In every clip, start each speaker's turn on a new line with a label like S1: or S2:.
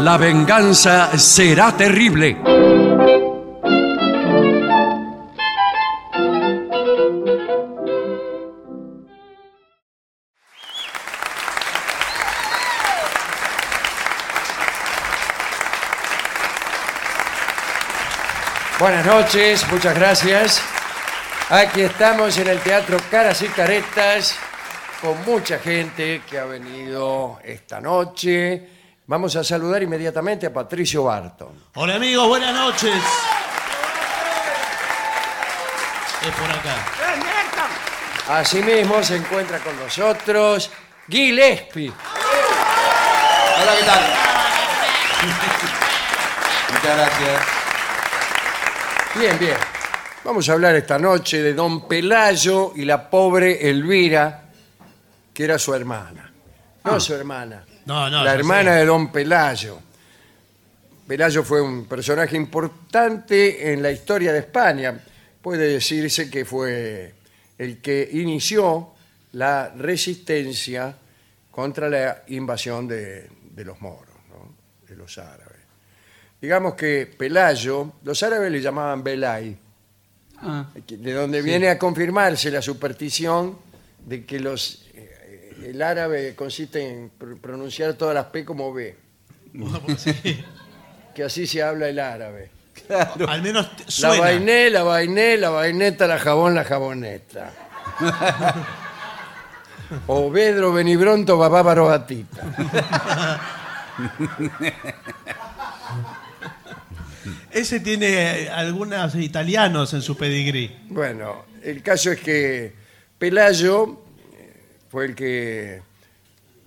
S1: La venganza será terrible.
S2: Buenas noches, muchas gracias. Aquí estamos en el Teatro Caras y Caretas con mucha gente que ha venido esta noche. Vamos a saludar inmediatamente a Patricio Barton.
S3: Hola amigos, buenas noches. Es por acá.
S2: Asimismo se encuentra con nosotros Gillespie.
S4: Hola, ¿qué tal? Muchas gracias.
S2: Bien, bien. Vamos a hablar esta noche de don Pelayo y la pobre Elvira, que era su hermana. No su hermana.
S3: No, no,
S2: La
S3: yo
S2: hermana
S3: sé.
S2: de don Pelayo. Pelayo fue un personaje importante en la historia de España. Puede decirse que fue el que inició la resistencia contra la invasión de, de los moros, ¿no? de los árabes. Digamos que Pelayo, los árabes le llamaban Belay, de donde viene a confirmarse la superstición de que los eh, el árabe consiste en pr- pronunciar todas las P como B,
S3: Ah, Sí.
S2: que así se habla el árabe.
S3: Al menos t-
S2: La
S3: suena.
S2: vainé, la vainé, la vaineta, la jabón, la jaboneta. o Vedro, Benibronto, Babábaro, Batita.
S3: Ese tiene eh, algunos italianos en su pedigrí.
S2: Bueno, el caso es que Pelayo eh, fue el que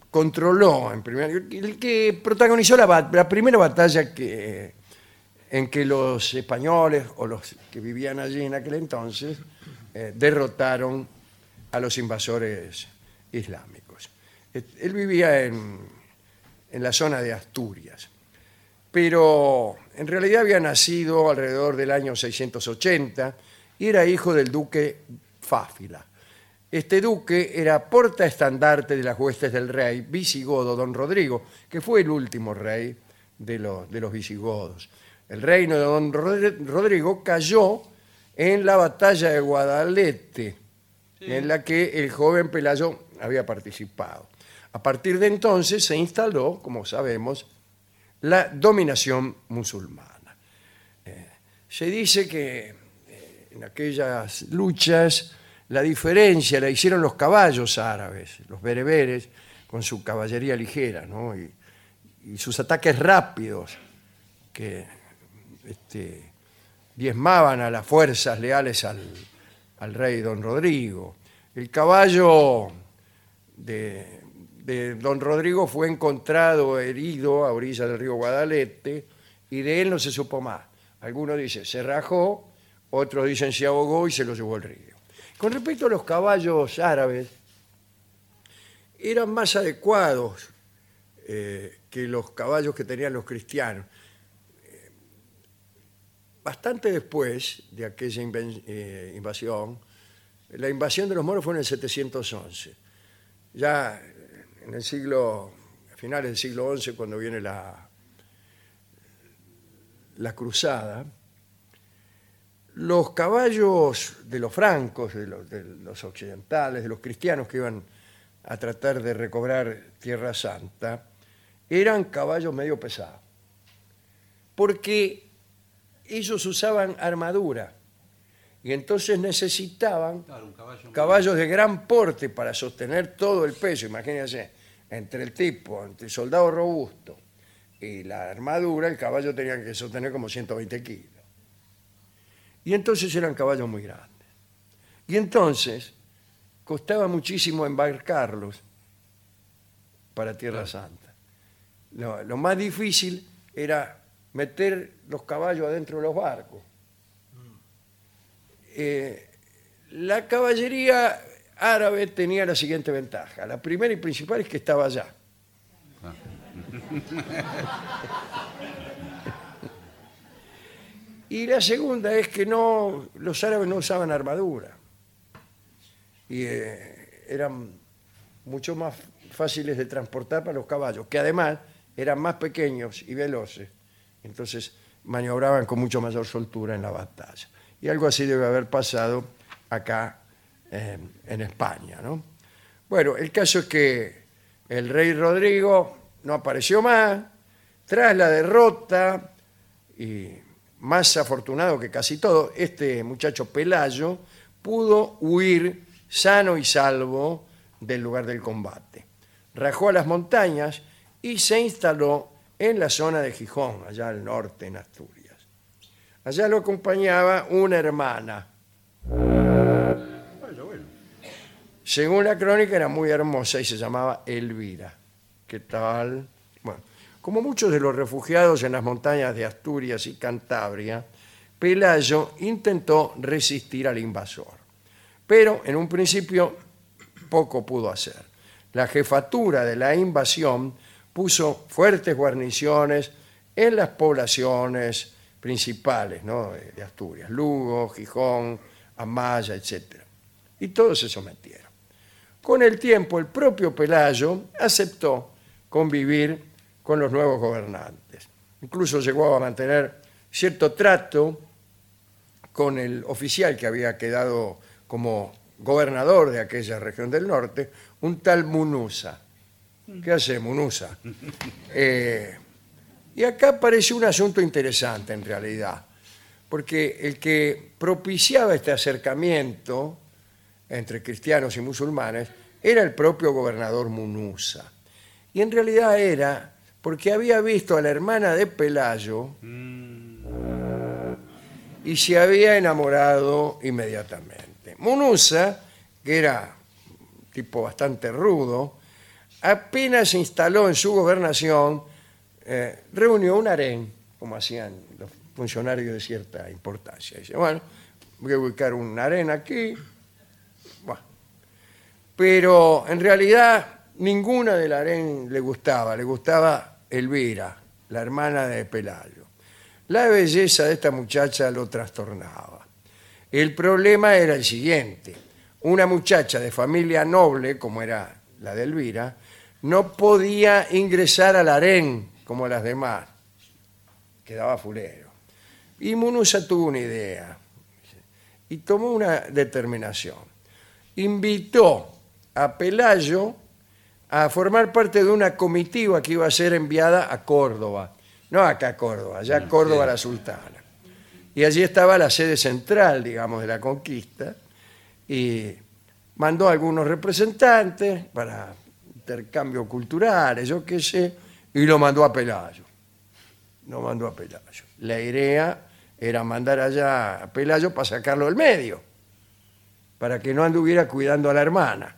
S2: controló, en primer, el que protagonizó la, bat- la primera batalla que, en que los españoles o los que vivían allí en aquel entonces eh, derrotaron a los invasores islámicos. Et- Él vivía en, en la zona de Asturias, pero en realidad había nacido alrededor del año 680 y era hijo del duque Fáfila. Este duque era porta estandarte de las huestes del rey visigodo don Rodrigo, que fue el último rey de, los- de los visigodos. El reino de don Rodri- Rodrigo cayó en la batalla de Guadalete, en la que el joven Pelayo había participado. A partir de entonces se instaló, como sabemos, la dominación musulmana. Eh, se dice que eh, en aquellas luchas la diferencia la hicieron los caballos árabes, los bereberes, con su caballería ligera ¿no? y, y sus ataques rápidos que este, diezmaban a las fuerzas leales al, al rey don Rodrigo. El caballo de, de don Rodrigo fue encontrado herido a orilla del río Guadalete y de él no se supo más. Algunos dicen se rajó, otros dicen se ahogó y se lo llevó el río. Con respecto a los caballos árabes, eran más adecuados eh, que los caballos que tenían los cristianos. Eh, Bastante después de aquella inven- eh, invasión, la invasión de los moros fue en el 711 ya en el siglo, a finales del siglo XI, cuando viene la, la cruzada, los caballos de los francos, de los, de los occidentales, de los cristianos que iban a tratar de recobrar Tierra Santa, eran caballos medio pesados, porque ellos usaban armadura y entonces necesitaban caballos de gran porte para sostener todo el peso. Imagínense, entre el tipo, entre el soldado robusto y la armadura, el caballo tenía que sostener como 120 kilos. Y entonces eran caballos muy grandes. Y entonces costaba muchísimo embarcarlos para Tierra Santa. Lo, lo más difícil era meter los caballos adentro de los barcos. Eh, la caballería árabe tenía la siguiente ventaja. La primera y principal es que estaba allá. y la segunda es que no, los árabes no usaban armadura. Y eh, eran mucho más fáciles de transportar para los caballos, que además eran más pequeños y veloces, entonces maniobraban con mucho mayor soltura en la batalla. Y algo así debe haber pasado acá eh, en España, ¿no? Bueno, el caso es que el rey Rodrigo no apareció más, tras la derrota, y más afortunado que casi todo, este muchacho Pelayo pudo huir sano y salvo del lugar del combate. Rajó a las montañas y se instaló en la zona de Gijón, allá al norte, en Asturias. Allá lo acompañaba una hermana. Según la crónica era muy hermosa y se llamaba Elvira. ¿Qué tal? Bueno, como muchos de los refugiados en las montañas de Asturias y Cantabria, Pelayo intentó resistir al invasor. Pero en un principio poco pudo hacer. La jefatura de la invasión puso fuertes guarniciones en las poblaciones principales ¿no? de de Asturias, Lugo, Gijón, Amaya, etcétera y todos se sometieron. Con el tiempo, el propio Pelayo aceptó convivir con los nuevos gobernantes. Incluso llegó a mantener cierto trato con el oficial que había quedado como gobernador de aquella región del norte, un tal Munuza. ¿Qué hace Munuza? Eh, y acá aparece un asunto interesante en realidad, porque el que propiciaba este acercamiento entre cristianos y musulmanes era el propio gobernador Munuza. Y en realidad era porque había visto a la hermana de Pelayo y se había enamorado inmediatamente. Munuza, que era un tipo bastante rudo, apenas se instaló en su gobernación, eh, reunió un harén, como hacían los funcionarios de cierta importancia. Dice, bueno, voy a ubicar un harén aquí, bueno. Pero en realidad ninguna del harén le gustaba, le gustaba Elvira, la hermana de Pelayo. La belleza de esta muchacha lo trastornaba. El problema era el siguiente. Una muchacha de familia noble, como era la de Elvira, no podía ingresar al harén como las demás. Quedaba fulero. Y Munuza tuvo una idea y tomó una determinación invitó a Pelayo a formar parte de una comitiva que iba a ser enviada a Córdoba. No acá a Córdoba, allá a Córdoba la Sultana. Y allí estaba la sede central, digamos, de la conquista. Y mandó a algunos representantes para intercambio culturales, yo qué sé, y lo mandó a Pelayo. Lo mandó a Pelayo. La idea era mandar allá a Pelayo para sacarlo del medio para que no anduviera cuidando a la hermana.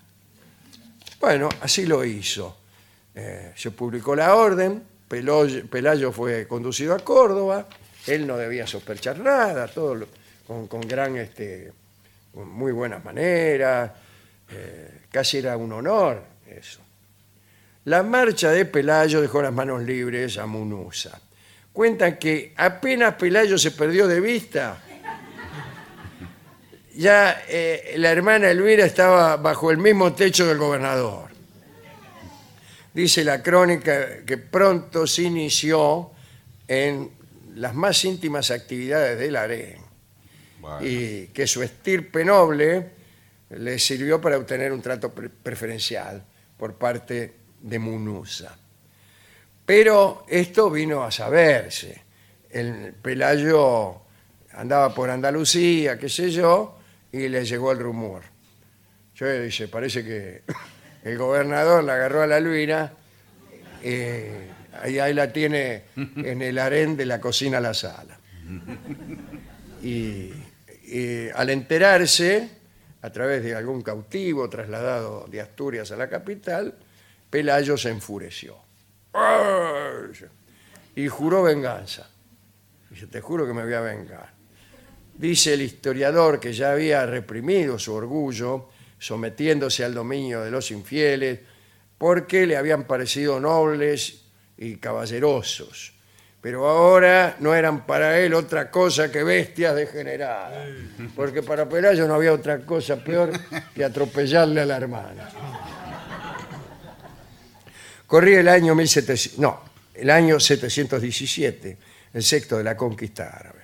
S2: Bueno, así lo hizo. Eh, se publicó la orden, Pelo- Pelayo fue conducido a Córdoba, él no debía sospechar nada, todo lo- con, con gran, este, con muy buenas maneras, eh, casi era un honor eso. La marcha de Pelayo dejó las manos libres a Munuza. Cuentan que apenas Pelayo se perdió de vista, ya eh, la hermana Elvira estaba bajo el mismo techo del gobernador. Dice la crónica que pronto se inició en las más íntimas actividades del harén
S4: Bueno.
S2: y que su estirpe noble le sirvió para obtener un trato pre- preferencial por parte de Munuza. Pero esto vino a saberse. El Pelayo andaba por Andalucía, qué sé yo, y le llegó el rumor. Yo dice, parece que el gobernador la agarró a la Luina, eh, ahí, ahí la tiene en el harén de la cocina a la sala y, y al enterarse, a través de algún cautivo trasladado de Asturias a la capital, Pelayo se enfureció. ¡Ay! Y juró venganza. Dice, te juro que me voy a vengar. Dice el historiador que ya había reprimido su orgullo, sometiéndose al dominio de los infieles, porque le habían parecido nobles y caballerosos. Pero ahora no eran para él otra cosa que bestias degeneradas, porque para Pelayo no había otra cosa peor que atropellarle a la hermana. Corría el año 1700, no, el año 717, el sexto de la conquista árabe.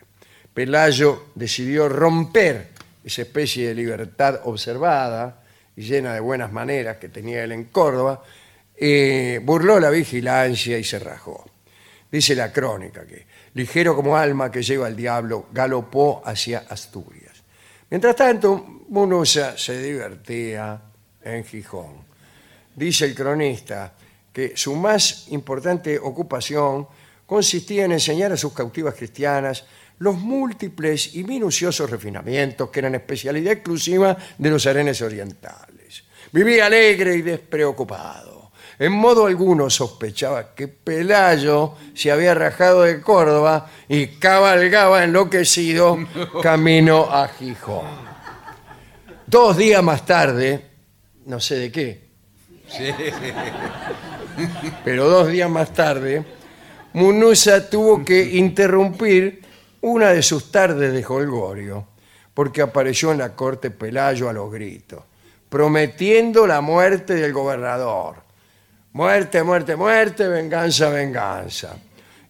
S2: Pelayo decidió romper esa especie de libertad observada y llena de buenas maneras que tenía él en Córdoba, eh, burló la vigilancia y se rajó. Dice la crónica que, ligero como alma que lleva el diablo, galopó hacia Asturias. Mientras tanto, Munuza se divertía en Gijón. Dice el cronista que su más importante ocupación consistía en enseñar a sus cautivas cristianas los múltiples y minuciosos refinamientos que eran especialidad exclusiva de los arenes orientales. Vivía alegre y despreocupado. En modo alguno sospechaba que Pelayo se había rajado de Córdoba y cabalgaba enloquecido camino a Gijón. Dos días más tarde, no sé de qué, pero dos días más tarde, Munuza tuvo que interrumpir una de sus tardes de jolgorio, porque apareció en la corte Pelayo a los gritos, prometiendo la muerte del gobernador. Muerte, muerte, muerte, venganza, venganza.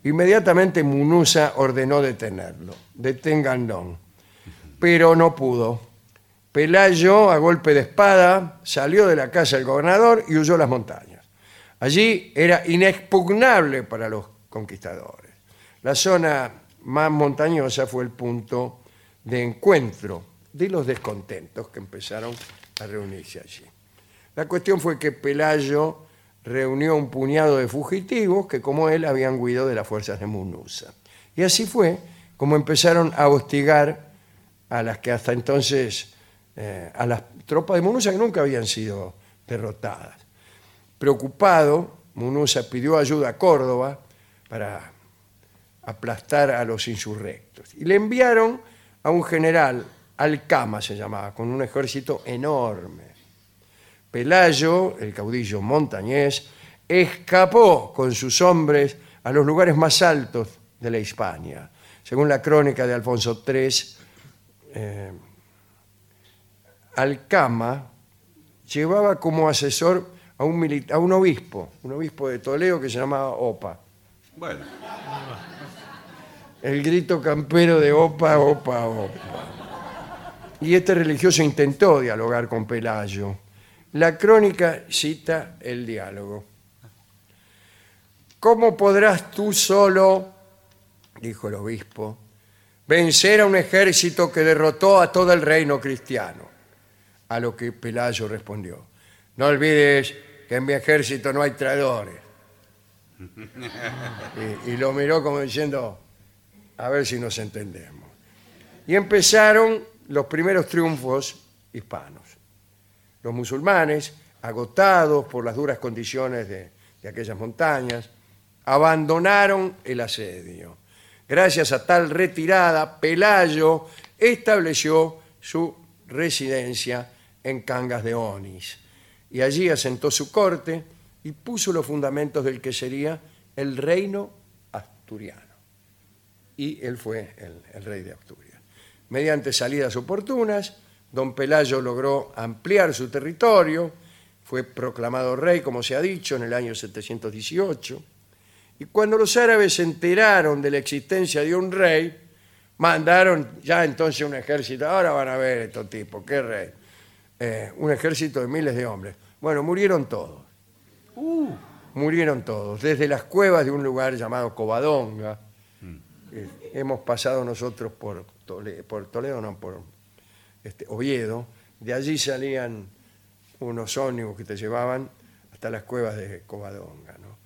S2: Inmediatamente Munuza ordenó detenerlo. Deténganlo. Pero no pudo. Pelayo, a golpe de espada, salió de la casa del gobernador y huyó a las montañas. Allí era inexpugnable para los conquistadores. La zona más montañosa fue el punto de encuentro de los descontentos que empezaron a reunirse allí. La cuestión fue que Pelayo reunió un puñado de fugitivos que como él habían huido de las fuerzas de Munuza. Y así fue como empezaron a hostigar a las que hasta entonces, eh, a las tropas de Munuza que nunca habían sido derrotadas. Preocupado, Munuza pidió ayuda a Córdoba para aplastar a los insurrectos. Y le enviaron a un general, Alcama se llamaba, con un ejército enorme. Pelayo, el caudillo montañés, escapó con sus hombres a los lugares más altos de la Hispania. Según la crónica de Alfonso III, eh, Alcama llevaba como asesor a un, mili- a un obispo, un obispo de Toledo que se llamaba Opa.
S4: Bueno,
S2: El grito campero de opa, opa, opa. Y este religioso intentó dialogar con Pelayo. La crónica cita el diálogo. ¿Cómo podrás tú solo, dijo el obispo, vencer a un ejército que derrotó a todo el reino cristiano? A lo que Pelayo respondió, no olvides que en mi ejército no hay traidores. Y- y lo miró como diciendo, a ver si nos entendemos. Y empezaron los primeros triunfos hispanos. Los musulmanes, agotados por las duras condiciones de, de aquellas montañas, abandonaron el asedio. Gracias a tal retirada, Pelayo estableció su residencia en Cangas de Onis. Y allí asentó su corte y puso los fundamentos del que sería el reino asturiano y él fue el, el rey de Asturias. Mediante salidas oportunas, don Pelayo logró ampliar su territorio, fue proclamado rey, como se ha dicho, en el año 718, y cuando los árabes se enteraron de la existencia de un rey, mandaron ya entonces un ejército, ahora van a ver estos tipos, qué rey, Eh, un ejército de miles de hombres. Bueno, murieron todos. Murieron todos, desde las cuevas de un lugar llamado Covadonga, eh, hemos pasado nosotros por, Tole- por Toledo, no, por este, Oviedo, de allí salían unos ómnibus que te llevaban hasta las cuevas de Covadonga. ¿no?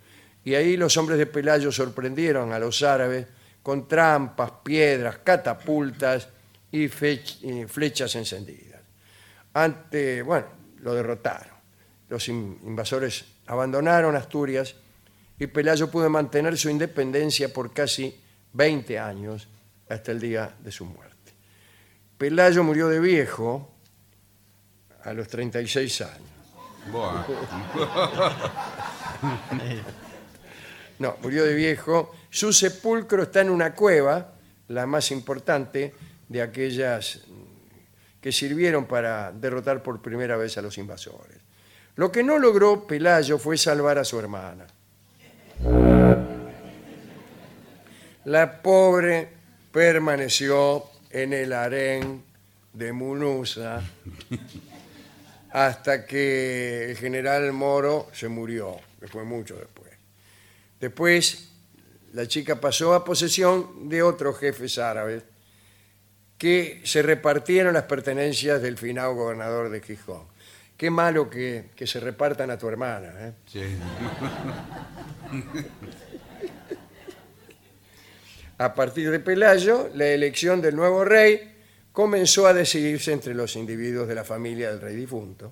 S2: Y ahí los hombres de Pelayo sorprendieron a los árabes con trampas, piedras, catapultas y fech- y flechas encendidas. Ante, bueno, lo derrotaron. Los in- invasores abandonaron Asturias y Pelayo pudo mantener su independencia por casi 20 años hasta el día de su muerte. Pelayo murió de viejo a los 36 años.
S4: bueno.
S2: No, murió de viejo. Su sepulcro está en una cueva, la más importante de aquellas mm, que sirvieron para derrotar por primera vez a los invasores. Lo que no logró Pelayo fue salvar a su hermana. la pobre permaneció en el harén de Munuza hasta que el general Moro se murió, que fue mucho después. Después, la chica pasó a posesión de otros jefes árabes que se repartieron las pertenencias del finado gobernador de Gijón. Qué malo que, que se repartan a tu hermana. ¿eh?
S4: Sí.
S2: A partir de Pelayo, la elección del nuevo rey comenzó a decidirse entre los individuos de la familia del rey difunto.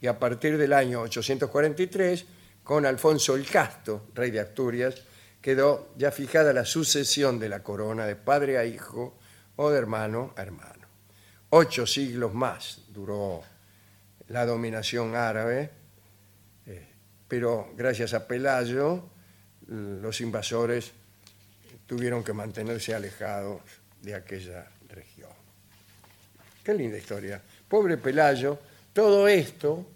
S2: Y a partir del año 843, con Alfonso el Casto, rey de Asturias, quedó ya fijada la sucesión de la corona de padre a hijo o de hermano a hermano. Ocho siglos más duró la dominación árabe, eh, pero gracias a Pelayo, los invasores tuvieron que mantenerse alejados de aquella región. Qué linda historia. Pobre Pelayo, todo esto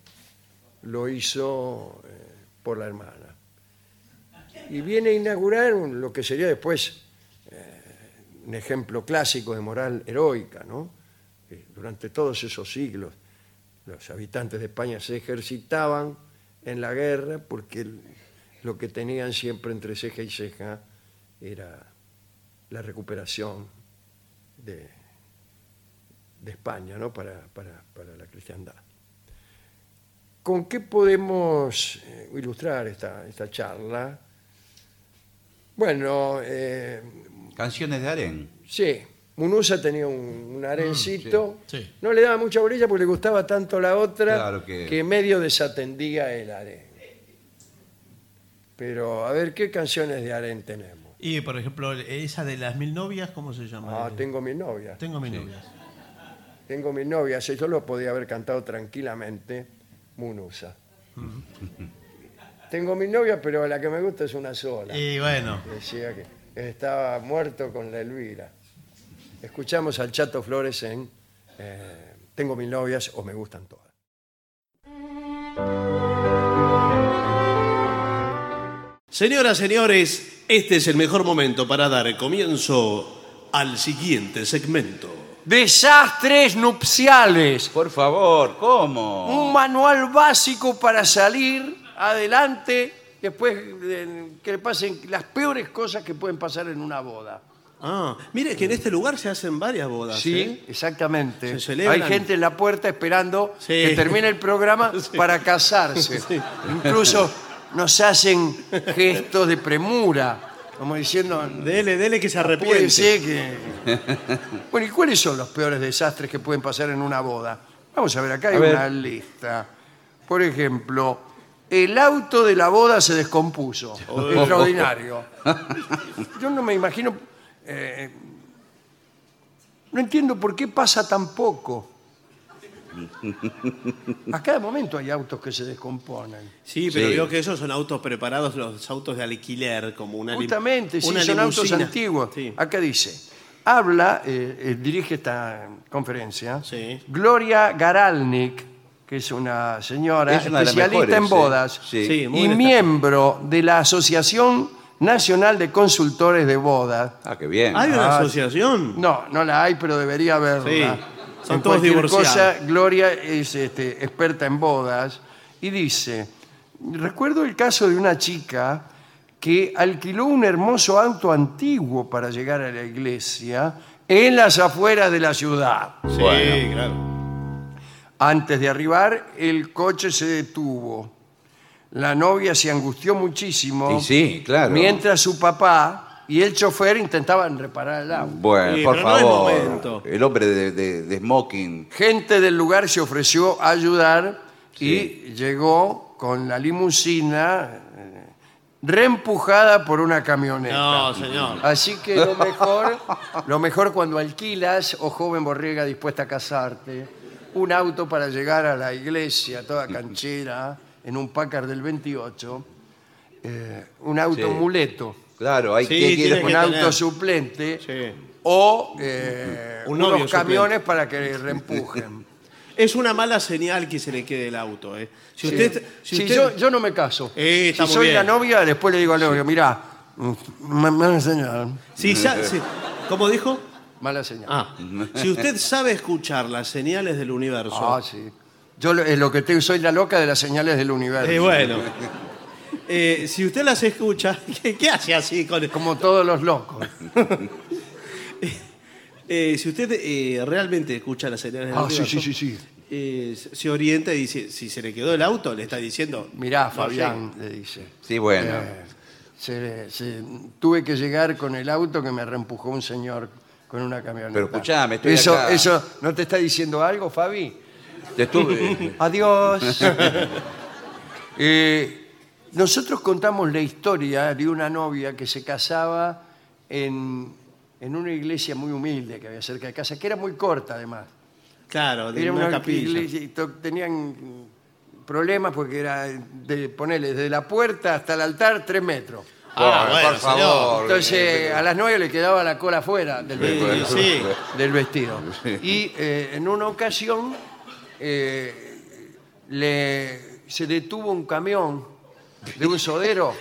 S2: lo hizo eh, por la hermana. Y viene a inaugurar un- lo que sería después eh, un ejemplo clásico de moral heroica, ¿no? Eh, Durante todos esos siglos, los habitantes de España se ejercitaban en la guerra porque el- lo que tenían siempre entre ceja y ceja era la recuperación de, de España ¿no? para, para- para la cristiandad. ¿Con qué podemos eh, ilustrar esta, esta charla? Bueno, eh,
S4: Canciones de harén.
S2: sí, Munuza tenía un, un arencito,
S3: sí, sí.
S2: no le daba mucha bolilla porque le gustaba tanto la otra
S4: Claro que-
S2: medio desatendía el aren. Pero a ver, ¿qué canciones de aren tenemos?
S3: Y por ejemplo, esa de las mil novias, ¿cómo se llama?
S2: Ah, tengo mi novia.
S3: Tengo mil novias.
S2: Tengo mi novia. Si yo lo podía haber cantado tranquilamente, Munusa. Tengo mi novia, pero la que me gusta es una sola.
S3: Y bueno,
S2: Decía que estaba muerto con la Elvira. Escuchamos al Chato Flores en eh, Tengo mil novias o me gustan todas.
S5: Señoras, señores, este es el mejor momento para dar comienzo al siguiente segmento.
S2: Desastres nupciales.
S4: Por favor, ¿cómo?
S2: un manual básico para salir adelante después de que le pasen las peores cosas que pueden pasar en una boda.
S5: Ah, mire que en este lugar se hacen varias bodas. ¿eh?
S2: exactamente.
S5: Se celebran.
S2: Hay gente en la puerta esperando
S5: Sí.
S2: que termine el programa para casarse. Incluso nos hacen gestos de premura, como diciendo,
S5: Dele, dele que se arrepiente.
S2: Ah, puede ser que... Bueno, ¿y cuáles son los peores desastres que pueden pasar en una boda? Vamos a ver, acá hay
S4: A ver.
S2: una lista. Por ejemplo, el auto de la boda se descompuso.
S4: Oh.
S2: Extraordinario. Yo no me imagino... eh, no entiendo por qué pasa tan poco. A cada momento hay autos que se descomponen.
S5: Sí, pero
S4: Sí.
S5: veo que esos son autos preparados, los autos de alquiler, como una lim-
S2: Justamente, sí,
S5: una
S2: son autos
S5: limusina.
S2: antiguos.
S5: Sí.
S2: Acá dice, habla, eh, eh, dirige esta conferencia,
S5: Sí.
S2: Gloria Garalnik, que es una señora
S4: Es una de las
S2: especialista
S4: mejores,
S2: en
S4: sí.
S2: bodas
S4: Sí.
S5: Sí, muy
S2: y
S5: destacada.
S2: miembro de la Asociación Nacional de Consultores de Bodas.
S4: Ah, qué bien.
S5: ¿Hay una
S2: Ah,
S5: asociación?
S2: No, no la hay, pero debería haberla.
S5: Sí, son
S2: En
S5: todos
S2: cualquier
S5: divorciados.
S2: cosa, Gloria es este, experta en bodas y dice, recuerdo el caso de una chica que alquiló un hermoso auto antiguo para llegar a la iglesia en las afueras de la ciudad.
S5: Sí, claro.
S2: Antes de arribar, el coche se detuvo. La novia se angustió muchísimo.
S4: Y sí, claro.
S2: Mientras su papá y el chofer intentaban reparar el auto.
S4: Bueno,
S5: Sí,
S4: por
S5: pero no es
S4: favor.
S5: momento.
S4: el hombre de, de- de smoking.
S2: Gente del lugar se ofreció a ayudar y
S4: Sí.
S2: llegó con la limusina eh, reempujada por una camioneta.
S5: No, señor.
S2: Así que lo mejor, lo mejor cuando alquilas, o joven borrega dispuesta a casarte, un auto para llegar a la iglesia, toda canchera, en un Packard del 28, eh, un auto
S4: Sí.
S2: muleto,
S4: Claro, hay
S5: Sí,
S4: que
S5: tiene
S4: quiere-
S2: un
S5: que-
S2: auto
S5: tener.
S2: suplente,
S5: Sí.
S2: o eh,
S5: Un novio suplente.
S2: unos camiones para que reempujen.
S5: Es una mala señal que se le quede el auto. ¿eh? Si
S2: Sí.
S5: usted. Si
S2: Sí,
S5: usted-
S2: yo, yo no me caso.
S5: Eh, está
S2: si
S5: muy
S2: soy
S5: bien.
S2: la novia, después le digo al novio, mirá, mm, Ma- Mala señal.
S3: Sí, ya, sí. ¿Cómo dijo?
S2: Mala señal.
S3: Ah, si usted sabe escuchar las señales del universo.
S2: Ah, sí. Yo lo, eh, lo que te, soy la loca de las señales del universo.
S3: Eh, bueno. Eh, si usted las escucha, ¿qué, qué hace así con
S2: Como todos los locos.
S3: Eh, si usted eh, realmente escucha las señales del
S2: Ah, sí,
S3: universo,
S2: sí, sí, sí.
S3: eh, se orienta y dice, si se le quedó el auto, le está diciendo...
S2: Mirá,
S3: no
S2: Fabián, le dice.
S4: Sí, bueno.
S2: Eh. Se- se- tuve que llegar con el auto que me reempujó un señor con una camioneta.
S4: Pero escuchame, estoy
S2: eso,
S4: acá.
S2: Eso, ¿no te está diciendo algo, Fabi?
S4: Te estuve-
S2: Adiós. Eh, nosotros contamos la historia de una novia que se casaba en, en una iglesia muy humilde que había cerca de casa, que era muy corta además.
S3: llega". Claro, de
S2: Era
S3: una,
S2: una
S3: capilla.
S2: iglesia y to- tenían problemas porque era de ponerle desde la puerta hasta el altar tres metros.
S3: Ah,
S4: Por-
S3: bueno,
S4: por
S3: señor.
S4: favor.
S2: Entonces a las nueve le quedaba la cola fuera del
S3: Sí,
S2: vestido.
S3: sí.
S2: Del vestido. Y eh, en una ocasión eh, le- se detuvo un camión de un sodero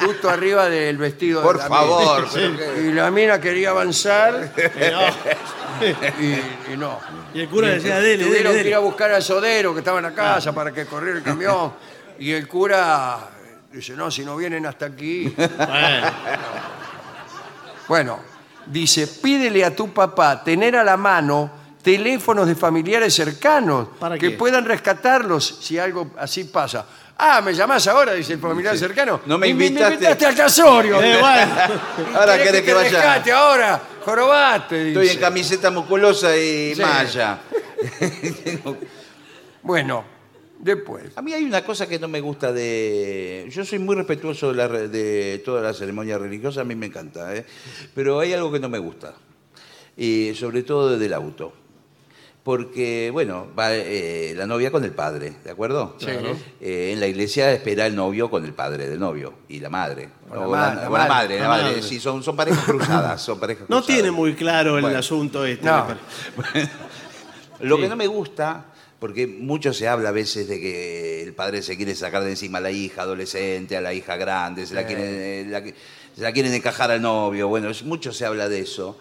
S2: justo arriba del vestido. de
S4: Por
S2: la
S4: favor. pero
S2: mina.
S4: que-
S2: Y la mina quería avanzar
S3: Pero-
S2: y, y no.
S3: Eh, oh. y el cura le decía, dele, dele, Ah.
S2: Tuvieron que ir a
S3: dele.
S2: buscar al sodero que estaba en la casa para que corriera el camión. Y el cura dice, no, si no vienen hasta aquí.
S3: Bueno, eh,
S2: Bueno, dice, pídele a tu papá tener a la mano teléfonos de familiares cercanos
S3: ¿Para
S2: que
S3: qué?
S2: puedan rescatarlos si algo así pasa. Ah, me llamás ahora, dice el familiar cercano.
S4: No me
S2: Y
S4: invitaste.
S2: al casorio.
S3: Eh, bueno.
S4: Ahora
S2: ¿Querés que
S4: querés que
S2: te
S4: vaya.
S2: rescate ahora, jorobate.
S4: Estoy en
S2: dice.
S4: camiseta musculosa y
S2: Sí.
S4: malla.
S2: Bueno, después.
S4: A mí hay una cosa que no me gusta de... Yo soy muy respetuoso de, la re- de toda la ceremonia religiosa, a mí me encanta, ¿eh? pero hay algo que no me gusta, y sobre todo del auto. Porque, bueno, va eh, la novia con el padre, ¿de acuerdo?
S2: Sí. Claro.
S4: Eh, en la iglesia espera el novio con el padre del novio y la madre.
S2: Con la
S4: O
S2: ma- la
S4: con la
S2: madre.
S4: madre, la
S3: La
S4: madre.
S3: madre.
S4: Sí, son, son parejas cruzadas, son parejas
S3: no
S4: cruzadas.
S3: tiene muy claro el
S4: Bueno.
S3: asunto este.
S2: No.
S3: me parece.
S4: Lo
S3: Sí.
S4: que no me gusta, porque mucho se habla a veces de que el padre se quiere sacar de encima a la hija adolescente, a la hija grande, se la, quieren, eh, la que- se la quieren encajar al novio, bueno, es- mucho se habla de eso.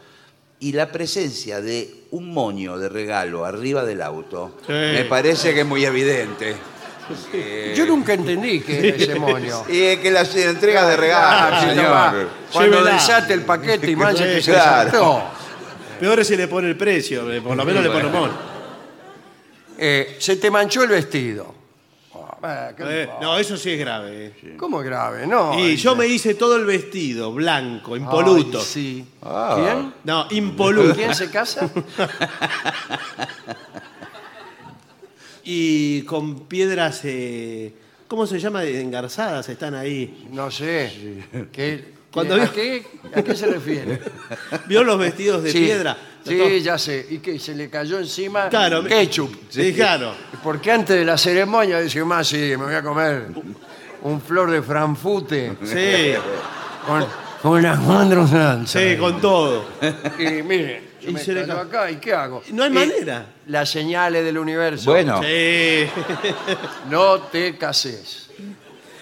S4: Y la presencia de un moño de regalo arriba del auto
S3: Sí.
S4: me parece que es muy evidente. Eh,
S2: Yo nunca entendí que era ese moño.
S4: y es que las entregas de regalo,
S2: Ah, sí,
S4: señor.
S2: nomás. Cuando
S3: Llévela.
S2: desate el paquete y mancha que se
S4: Claro.
S2: saltó.
S3: Peor es si le pone el precio, eh, por lo menos le pone un mono.
S2: Eh, se te manchó el vestido. Oh, eh, qué-
S3: Eh, no, eso sí es grave. eh.
S2: ¿Cómo grave? No.
S3: Y yo me hice todo el vestido, blanco, impoluto.
S2: Ay, sí.
S4: Ah.
S2: ¿Quién?
S3: No, impoluto.
S2: ¿Quién se casa?
S3: y con piedras, eh, ¿cómo se llama? Engarzadas, están ahí.
S2: No sé. ¿Qué,
S3: Cuando
S2: ¿a,
S3: vio-
S2: qué, ¿A qué se refiere?
S3: ¿Vio los vestidos de
S2: Sí,
S3: piedra?
S2: Sí, ya sé. Y que se le cayó encima
S3: Claro, me-
S2: ketchup.
S3: Sí, claro.
S2: Porque antes de la ceremonia decía, más, sí, me voy a comer un flor de franfute
S3: Sí,
S2: con, con unas cuatro salsas.
S3: sí, con todo.
S2: Y mire, yo
S3: Y
S2: me
S3: se le
S2: cayó
S3: ca-
S2: acá, ¿y qué hago?
S3: No hay
S2: Y
S3: manera.
S2: Las señales del universo.
S4: Bueno,
S3: Sí.
S2: No te cases.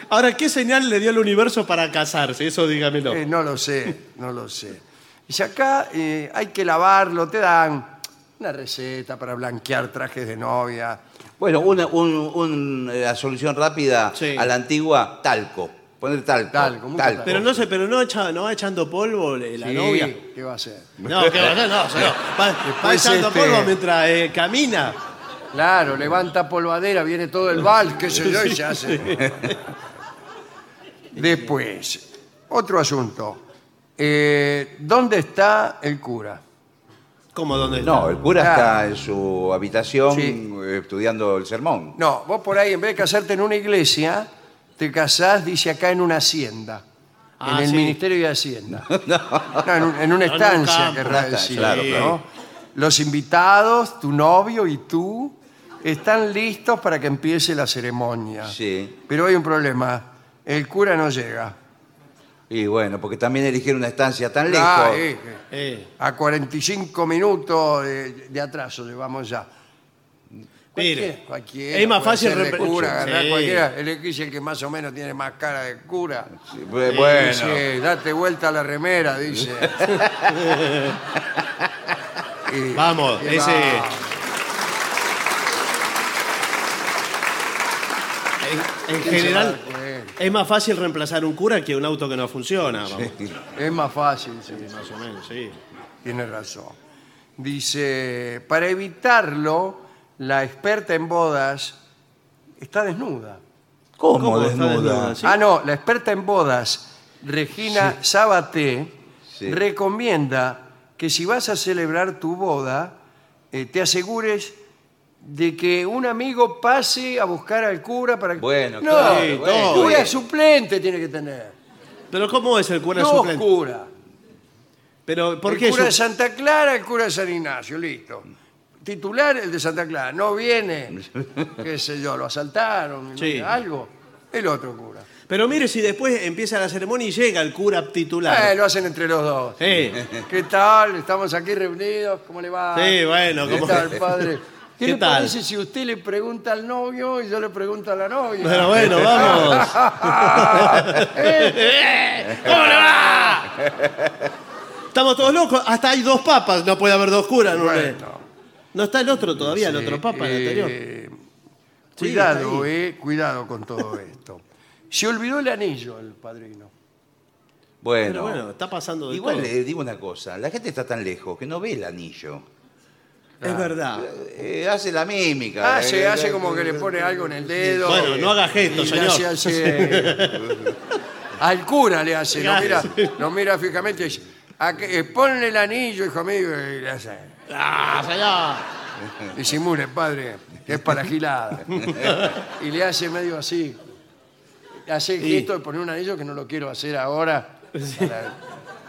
S3: Ahora, ¿qué señal le dio el universo para casarse? Eso dígamelo.
S2: Eh, no lo sé, no lo sé. Dice, acá eh, hay que lavarlo, te dan una receta para blanquear trajes de novia.
S4: bueno una, un- un, eh, la solución rápida
S3: Sí.
S4: a la antigua, talco. Poner talco.
S2: Talco, mucho talco.
S3: Pero no sé, pero no, echa- no va echando polvo eh, la
S2: Sí,
S3: novia.
S2: ¿Qué va a hacer?
S3: No, que va a hacer? no, señor. Va, va
S2: Después,
S3: echando
S2: este-
S3: polvo mientras eh, camina.
S2: Claro, levanta polvadera, viene todo el bal, qué sé yo, y se hace. Después, otro asunto. Eh, ¿Dónde está el cura?
S3: ¿Cómo dónde está?
S4: No, el cura
S2: Claro.
S4: está en su habitación
S2: Sí.
S4: eh, estudiando el sermón.
S2: No, vos por ahí, en vez de casarte en una iglesia, te casás, dice acá, en una hacienda.
S3: Ah,
S2: en el
S3: sí.
S2: Ministerio de Hacienda. No, en, un- en una
S3: en un
S2: estancia,
S3: campo,
S2: querrá
S4: una estancia,
S2: decir.
S4: claro,
S2: ¿no?
S3: claro.
S2: Los invitados, tu novio y tú, están listos para que empiece la ceremonia.
S4: Sí.
S2: Pero hay un problema. El cura no llega.
S4: Y bueno, porque también eligieron una estancia tan lejos.
S2: Ah, eh, eh.
S3: Eh,
S2: A 45 minutos de, de atraso llevamos ya.
S3: Mire,
S2: Cualquiera.
S3: es más
S2: puede
S3: fácil
S2: ser de
S3: repre-
S2: cura, agarrar
S3: Sí.
S2: cualquiera. El X es el que más o menos tiene más cara de cura.
S4: Sí, bu- bueno.
S2: Dice, date vuelta a la remera, dice. Y-
S3: Vamos,
S2: y
S3: ese-
S2: va.
S3: en, en
S2: ¿Quién se va a
S3: general
S2: dar cuenta?
S3: es más fácil reemplazar un cura que un auto que no funciona. vamos.
S2: Eh, Es más fácil, sí, sí.
S3: Más o menos, sí.
S2: Tiene razón. Dice, para evitarlo, la experta en bodas está desnuda.
S4: ¿Cómo,
S3: ¿Cómo está
S4: desnuda?
S3: desnuda? Sí.
S2: Ah, no, la experta en bodas, Regina Sabaté,
S4: Sí.
S2: recomienda que si vas a celebrar tu boda, eh, te asegures de que un amigo pase a buscar al cura para que...
S4: Bueno,
S2: no,
S4: claro,
S2: el
S4: bueno.
S2: cura suplente tiene que tener.
S3: Pero ¿cómo es el cura
S2: No
S3: suplente?
S2: cura.
S3: Pero ¿por
S2: el
S3: qué
S2: cura de
S3: su-
S2: Santa Clara, el cura de San Ignacio, listo. Titular el de Santa Clara, no viene, qué sé yo, lo asaltaron,
S3: Sí.
S2: algo. El otro cura.
S3: Pero mire si después empieza la ceremonia y llega el cura
S2: Eh,
S3: titular.
S2: lo hacen entre los dos.
S3: Sí.
S2: ¿Qué tal? Estamos aquí reunidos, ¿cómo le va?
S3: Sí, bueno,
S2: ¿Qué
S3: ¿cómo-
S2: tal, padre? ¿Qué,
S3: ¿Qué
S2: le
S3: tal?
S2: parece si usted le pregunta al novio y yo le pregunto a la novia?
S3: Pero bueno, vamos.
S2: Eh,
S3: ¿Cómo le va? Estamos todos locos. Hasta hay dos papas. No puede haber dos curas. No,
S2: bueno,
S3: no está el otro todavía, el otro papa, el anterior.
S2: eh,
S3: Sí,
S2: cuidado,
S3: está ahí.
S2: eh, cuidado con todo esto. Se olvidó el anillo el padrino.
S3: Pero
S4: Bueno,
S3: bueno, está pasando de
S4: igual
S3: todo.
S4: le digo una cosa, la gente está tan lejos que no ve el anillo.
S3: Es verdad.
S4: Eh, hace la mímica.
S2: Ah,
S4: eh,
S2: se
S4: eh,
S2: hace
S4: eh,
S2: como que le pone algo en el dedo.
S3: Bueno, no haga gestos,
S2: Y le hace
S3: señor.
S2: así, eh, al cura le hace, lo mira, lo mira fijamente y dice, "A que- eh, ponle el anillo, hijo mío, y le hace,
S3: Ah, señor.
S2: disimule, padre, que es para gilada. Y le hace medio así. Hace el
S3: Sí.
S2: gesto de poner un anillo que no lo quiero hacer ahora para,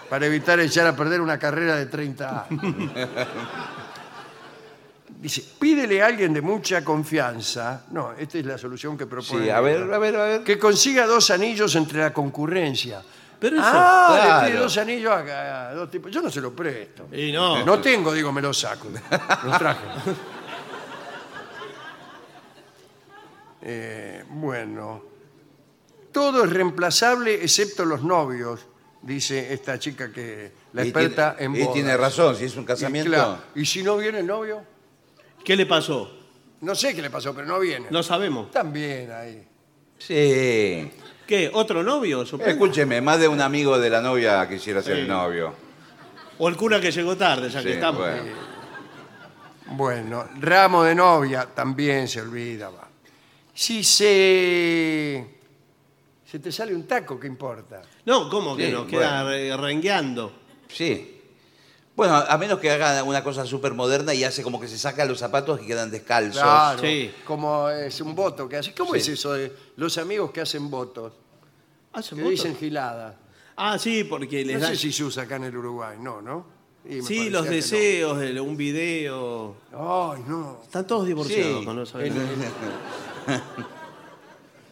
S2: para evitar echar a perder una carrera de 30 años. Dice, pídele a alguien de mucha confianza. No, esta es la solución que propone.
S4: Sí, a ver, a ver, a ver.
S2: Que consiga dos anillos entre la concurrencia.
S3: Pero eso-
S2: ah, le pide
S4: claro.
S2: dos anillos a, a dos tipos. Yo no se lo presto.
S3: Y no.
S2: No tengo, digo, me los saco. Los traje. Eh, bueno. Todo es reemplazable excepto los novios, dice esta chica que la
S4: Y
S2: experta
S4: tiene-
S2: en
S4: Y
S2: bodas.
S4: tiene razón, si es un
S2: Y,
S4: casamiento.
S2: claro, y si no viene el novio,
S3: ¿Qué le pasó?
S2: no sé qué le pasó, pero no viene.
S3: No sabemos.
S2: También ahí.
S4: Sí.
S3: ¿Qué? ¿Otro novio? supongo?
S4: Escúcheme, más de un amigo de la novia quisiera ser
S3: Sí.
S4: el novio.
S2: Eh,
S3: O el cura que llegó tarde, ya que
S4: Sí,
S3: estamos.
S4: bueno.
S2: Bueno, ramo de novia también se olvida. va. Si se, se te sale un taco, ¿qué importa?
S3: No, ¿cómo que
S4: Sí,
S3: nos queda re- rengueando?
S4: Sí. Bueno, a menos que haga una cosa súper moderna y hace como que se saca los zapatos y quedan descalzos.
S2: Claro,
S3: Sí.
S2: como es un voto que hace. ¿Cómo es eso de los amigos que hacen votos?
S3: ¿Hace
S2: Que
S3: votos?
S2: dicen gilada.
S3: Ah, sí, porque les
S2: No
S3: dan...
S2: sé si se usa acá en el Uruguay, no, ¿no? Y me
S3: Sí,
S2: parecía
S3: los
S2: que no.
S3: deseos, el- un video.
S2: Ay, no.
S3: Están todos divorciados
S4: Sí.
S3: con los abuelos.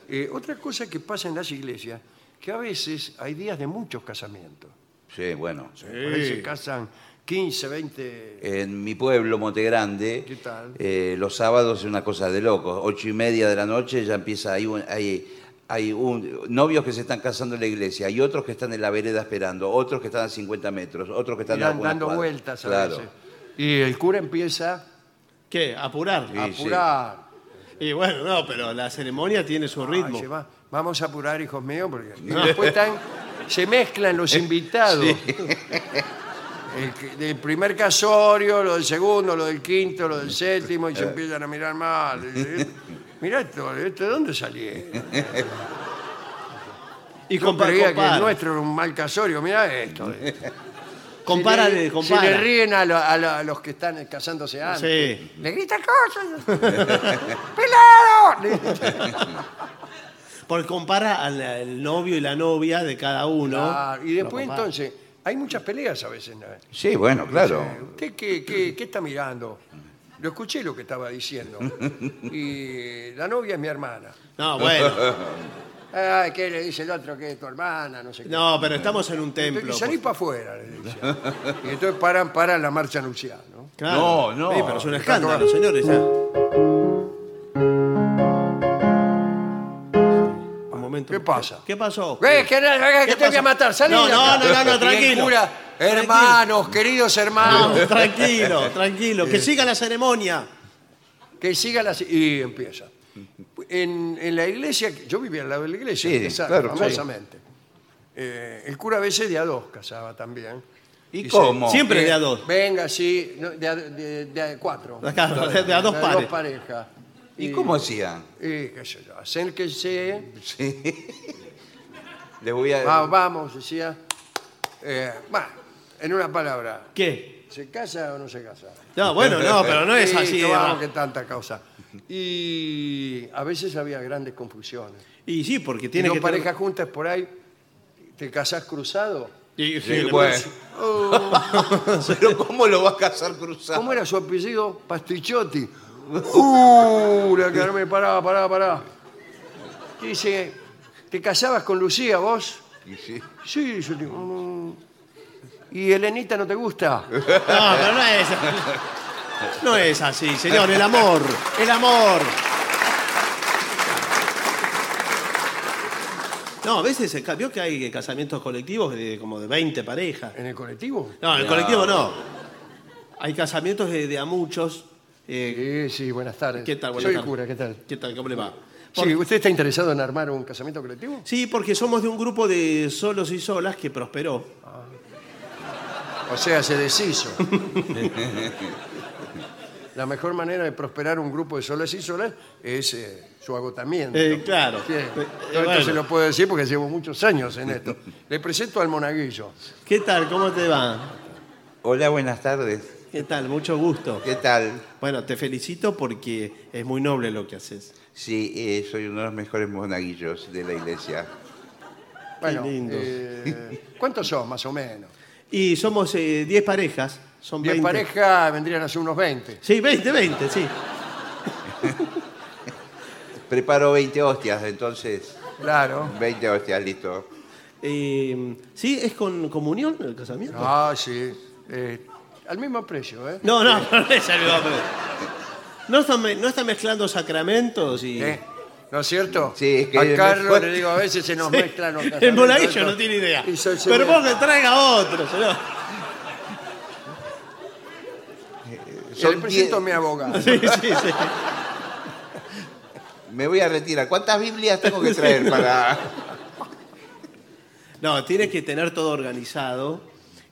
S2: Eh, otra cosa que pasa en las iglesias, que a veces hay días de muchos casamientos.
S4: Sí, bueno.
S2: Por ahí se casan 15, 20...
S4: En mi pueblo, Monte Grande,
S2: ¿Qué tal?
S4: eh, los sábados es una cosa de locos. Ocho y media de la noche ya empieza, hay, un- hay, hay un- novios que se están casando en la iglesia, hay otros que están en la vereda esperando, otros que están a 50 metros, otros que están
S2: Y
S4: a
S2: dan
S4: algunas
S2: dando
S4: cuadras.
S2: vueltas a
S4: Claro.
S2: veces. Y el cura empieza
S3: ¿Qué? ¿Apurar? Ah,
S2: a
S4: Sí, sí.
S2: apurar.
S3: Y bueno, no, pero la ceremonia tiene su
S2: Ay,
S3: ritmo.
S2: se va- Vamos a apurar, hijos míos, porque y después están- se mezclan los invitados. El, que- del primer casorio, lo del segundo, lo del quinto, lo del séptimo, y
S3: Eh.
S2: se empiezan a mirar mal. Y dice, Mirá esto, ¿esto ¿de dónde salí?
S3: y
S2: Yo
S3: compa-
S2: creía que
S3: compara. Mm.
S2: el nuestro era un mal casorio, mirá esto.
S3: Compara,
S2: Si le-
S3: compara.
S2: Si le ríen a, lo- a lo- a los que están casándose antes.
S3: Sí.
S2: Le gritan cosas. ¡Pelado! Le gritan.
S3: Porque compara al, al novio y la novia de cada uno.
S2: Ah, y después
S3: Lo compara.
S2: entonces, hay muchas peleas a veces. ¿no?
S4: Sí, bueno, claro.
S2: ¿Usted qué, qué- qué está mirando? Lo escuché lo que estaba diciendo. Y la novia es mi hermana.
S3: No, bueno.
S2: Ay, ¿qué le dice el otro que es tu hermana? No sé qué.
S3: No, pero estamos en un templo.
S2: Y salí para afuera, le dice. Y entonces paran, paran la marcha nupcial, ¿no?
S3: Claro.
S4: No, no.
S3: Sí, pero es un
S2: Está
S3: escándalo, señores.
S2: pasa?
S3: ¿Qué pasó?
S2: Eh, que, no, eh, que te
S3: ¿Qué
S2: voy
S3: pasó?
S2: a matar, salí
S3: No,
S2: de
S3: no,
S2: acá.
S3: no, no, no,
S2: Y el
S3: tranquilo.
S2: cura,
S3: Tranquilo.
S2: hermanos, queridos hermanos,
S3: Vamos, tranquilo, tranquilo. Que siga la ceremonia.
S2: que siga la... Y empieza. En, en la iglesia, yo vivía al lado de la iglesia,
S4: Sí,
S2: esa-
S4: claro, sí.
S2: famosamente. Eh, el cura a veces de a dos casaba también.
S4: ¿Y
S2: Dice,
S4: cómo?
S3: Siempre
S2: eh,
S3: de a dos.
S2: Venga, sí, no, de, a, de- de a cuatro.
S3: Claro, de- de a dos
S2: De
S3: pares.
S2: dos parejas.
S4: ¿Y cómo hacían?
S2: Y qué sé yo, acérquense...
S4: Les voy a...
S2: Va- vamos, decía. Eh, va, en una palabra,
S3: ¿Qué?
S2: ¿se casa o no se casa?
S3: No, bueno, no, pero no es
S2: Sí,
S3: así.
S2: no, vamos,
S3: vamos.
S2: que tanta causa. Y a veces había grandes confusiones.
S3: Y sí, porque
S2: Tiene
S3: tiene que.
S2: dos parejas
S3: tener-
S2: juntas por ahí, te casás cruzado.
S3: Y-
S4: Sí,
S3: y-
S4: bueno.
S2: Oh,
S4: Pero ¿cómo lo va a casar cruzado?
S2: ¿Cómo era su apellido? Pastichotti. Uh, la que no me paraba, paraba, paraba. Dice, ¿te casabas con Lucía vos?
S4: Y sí.
S2: Sí, yo digo. "Mm". ¿Y Elenita no te gusta?
S3: No, pero no es. No es así, señor. El amor, el amor. No, a veces se ca- vio que hay casamientos colectivos de como de 20 parejas.
S2: ¿En el colectivo?
S3: No, el
S4: No.
S3: colectivo no. Hay casamientos de, de a muchos. eh,
S2: Sí, sí, buenas tardes.
S3: ¿Qué tal? Buenas
S2: Soy el
S3: tardes.
S2: cura, ¿qué tal?
S3: ¿Qué tal? ¿Cómo le va?
S2: Sí, ¿usted está interesado en armar un casamiento colectivo?
S3: Sí, porque somos de un grupo de solos y solas que prosperó.
S2: O sea, se deshizo. La mejor manera de prosperar un grupo de solas y solas es eh, su agotamiento.
S3: Eh, claro.
S2: Sí,
S3: Eh,
S2: yo esto
S3: bueno.
S2: se lo puedo decir porque llevo muchos años en esto. Le presento al monaguillo.
S3: ¿Qué tal? ¿Cómo te va?
S4: Hola, buenas tardes.
S3: ¿Qué tal? Mucho gusto.
S4: ¿Qué tal?
S3: Bueno, te felicito porque es muy noble lo que haces.
S4: Sí, eh, soy uno de los mejores monaguillos de la iglesia.
S2: Bueno,
S3: lindo.
S2: eh, ¿cuántos son más o menos?
S3: Y somos eh, 10 parejas. Son
S2: Diez
S3: 20.
S2: parejas vendrían a ser unos 20.
S3: Sí, 20, 20, sí.
S4: Preparo 20 hostias, entonces.
S2: Claro.
S4: 20 hostias, listo.
S3: Eh, ¿Sí? ¿Es con comunión el casamiento?
S2: Ah, sí. Eh, al mismo precio, ¿eh?
S3: No, no, no es algo. No están, me- no están mezclando sacramentos y.
S2: ¿Eh? ¿No es cierto?
S4: Sí, es que
S2: a
S4: es
S2: Carlos
S4: mejor.
S2: le digo, a veces se nos mezclan los
S3: El
S2: casamientos.
S3: monaguillo no tiene idea.
S2: Y soy
S3: Pero
S2: señor.
S3: vos que traiga otro, señor.
S2: Se le
S4: Son
S2: presento a
S4: diez-
S2: mi abogado.
S3: Sí, sí, sí.
S4: Me voy a retirar. ¿Cuántas Biblias tengo que traer para.?
S3: No, tiene que tener todo organizado.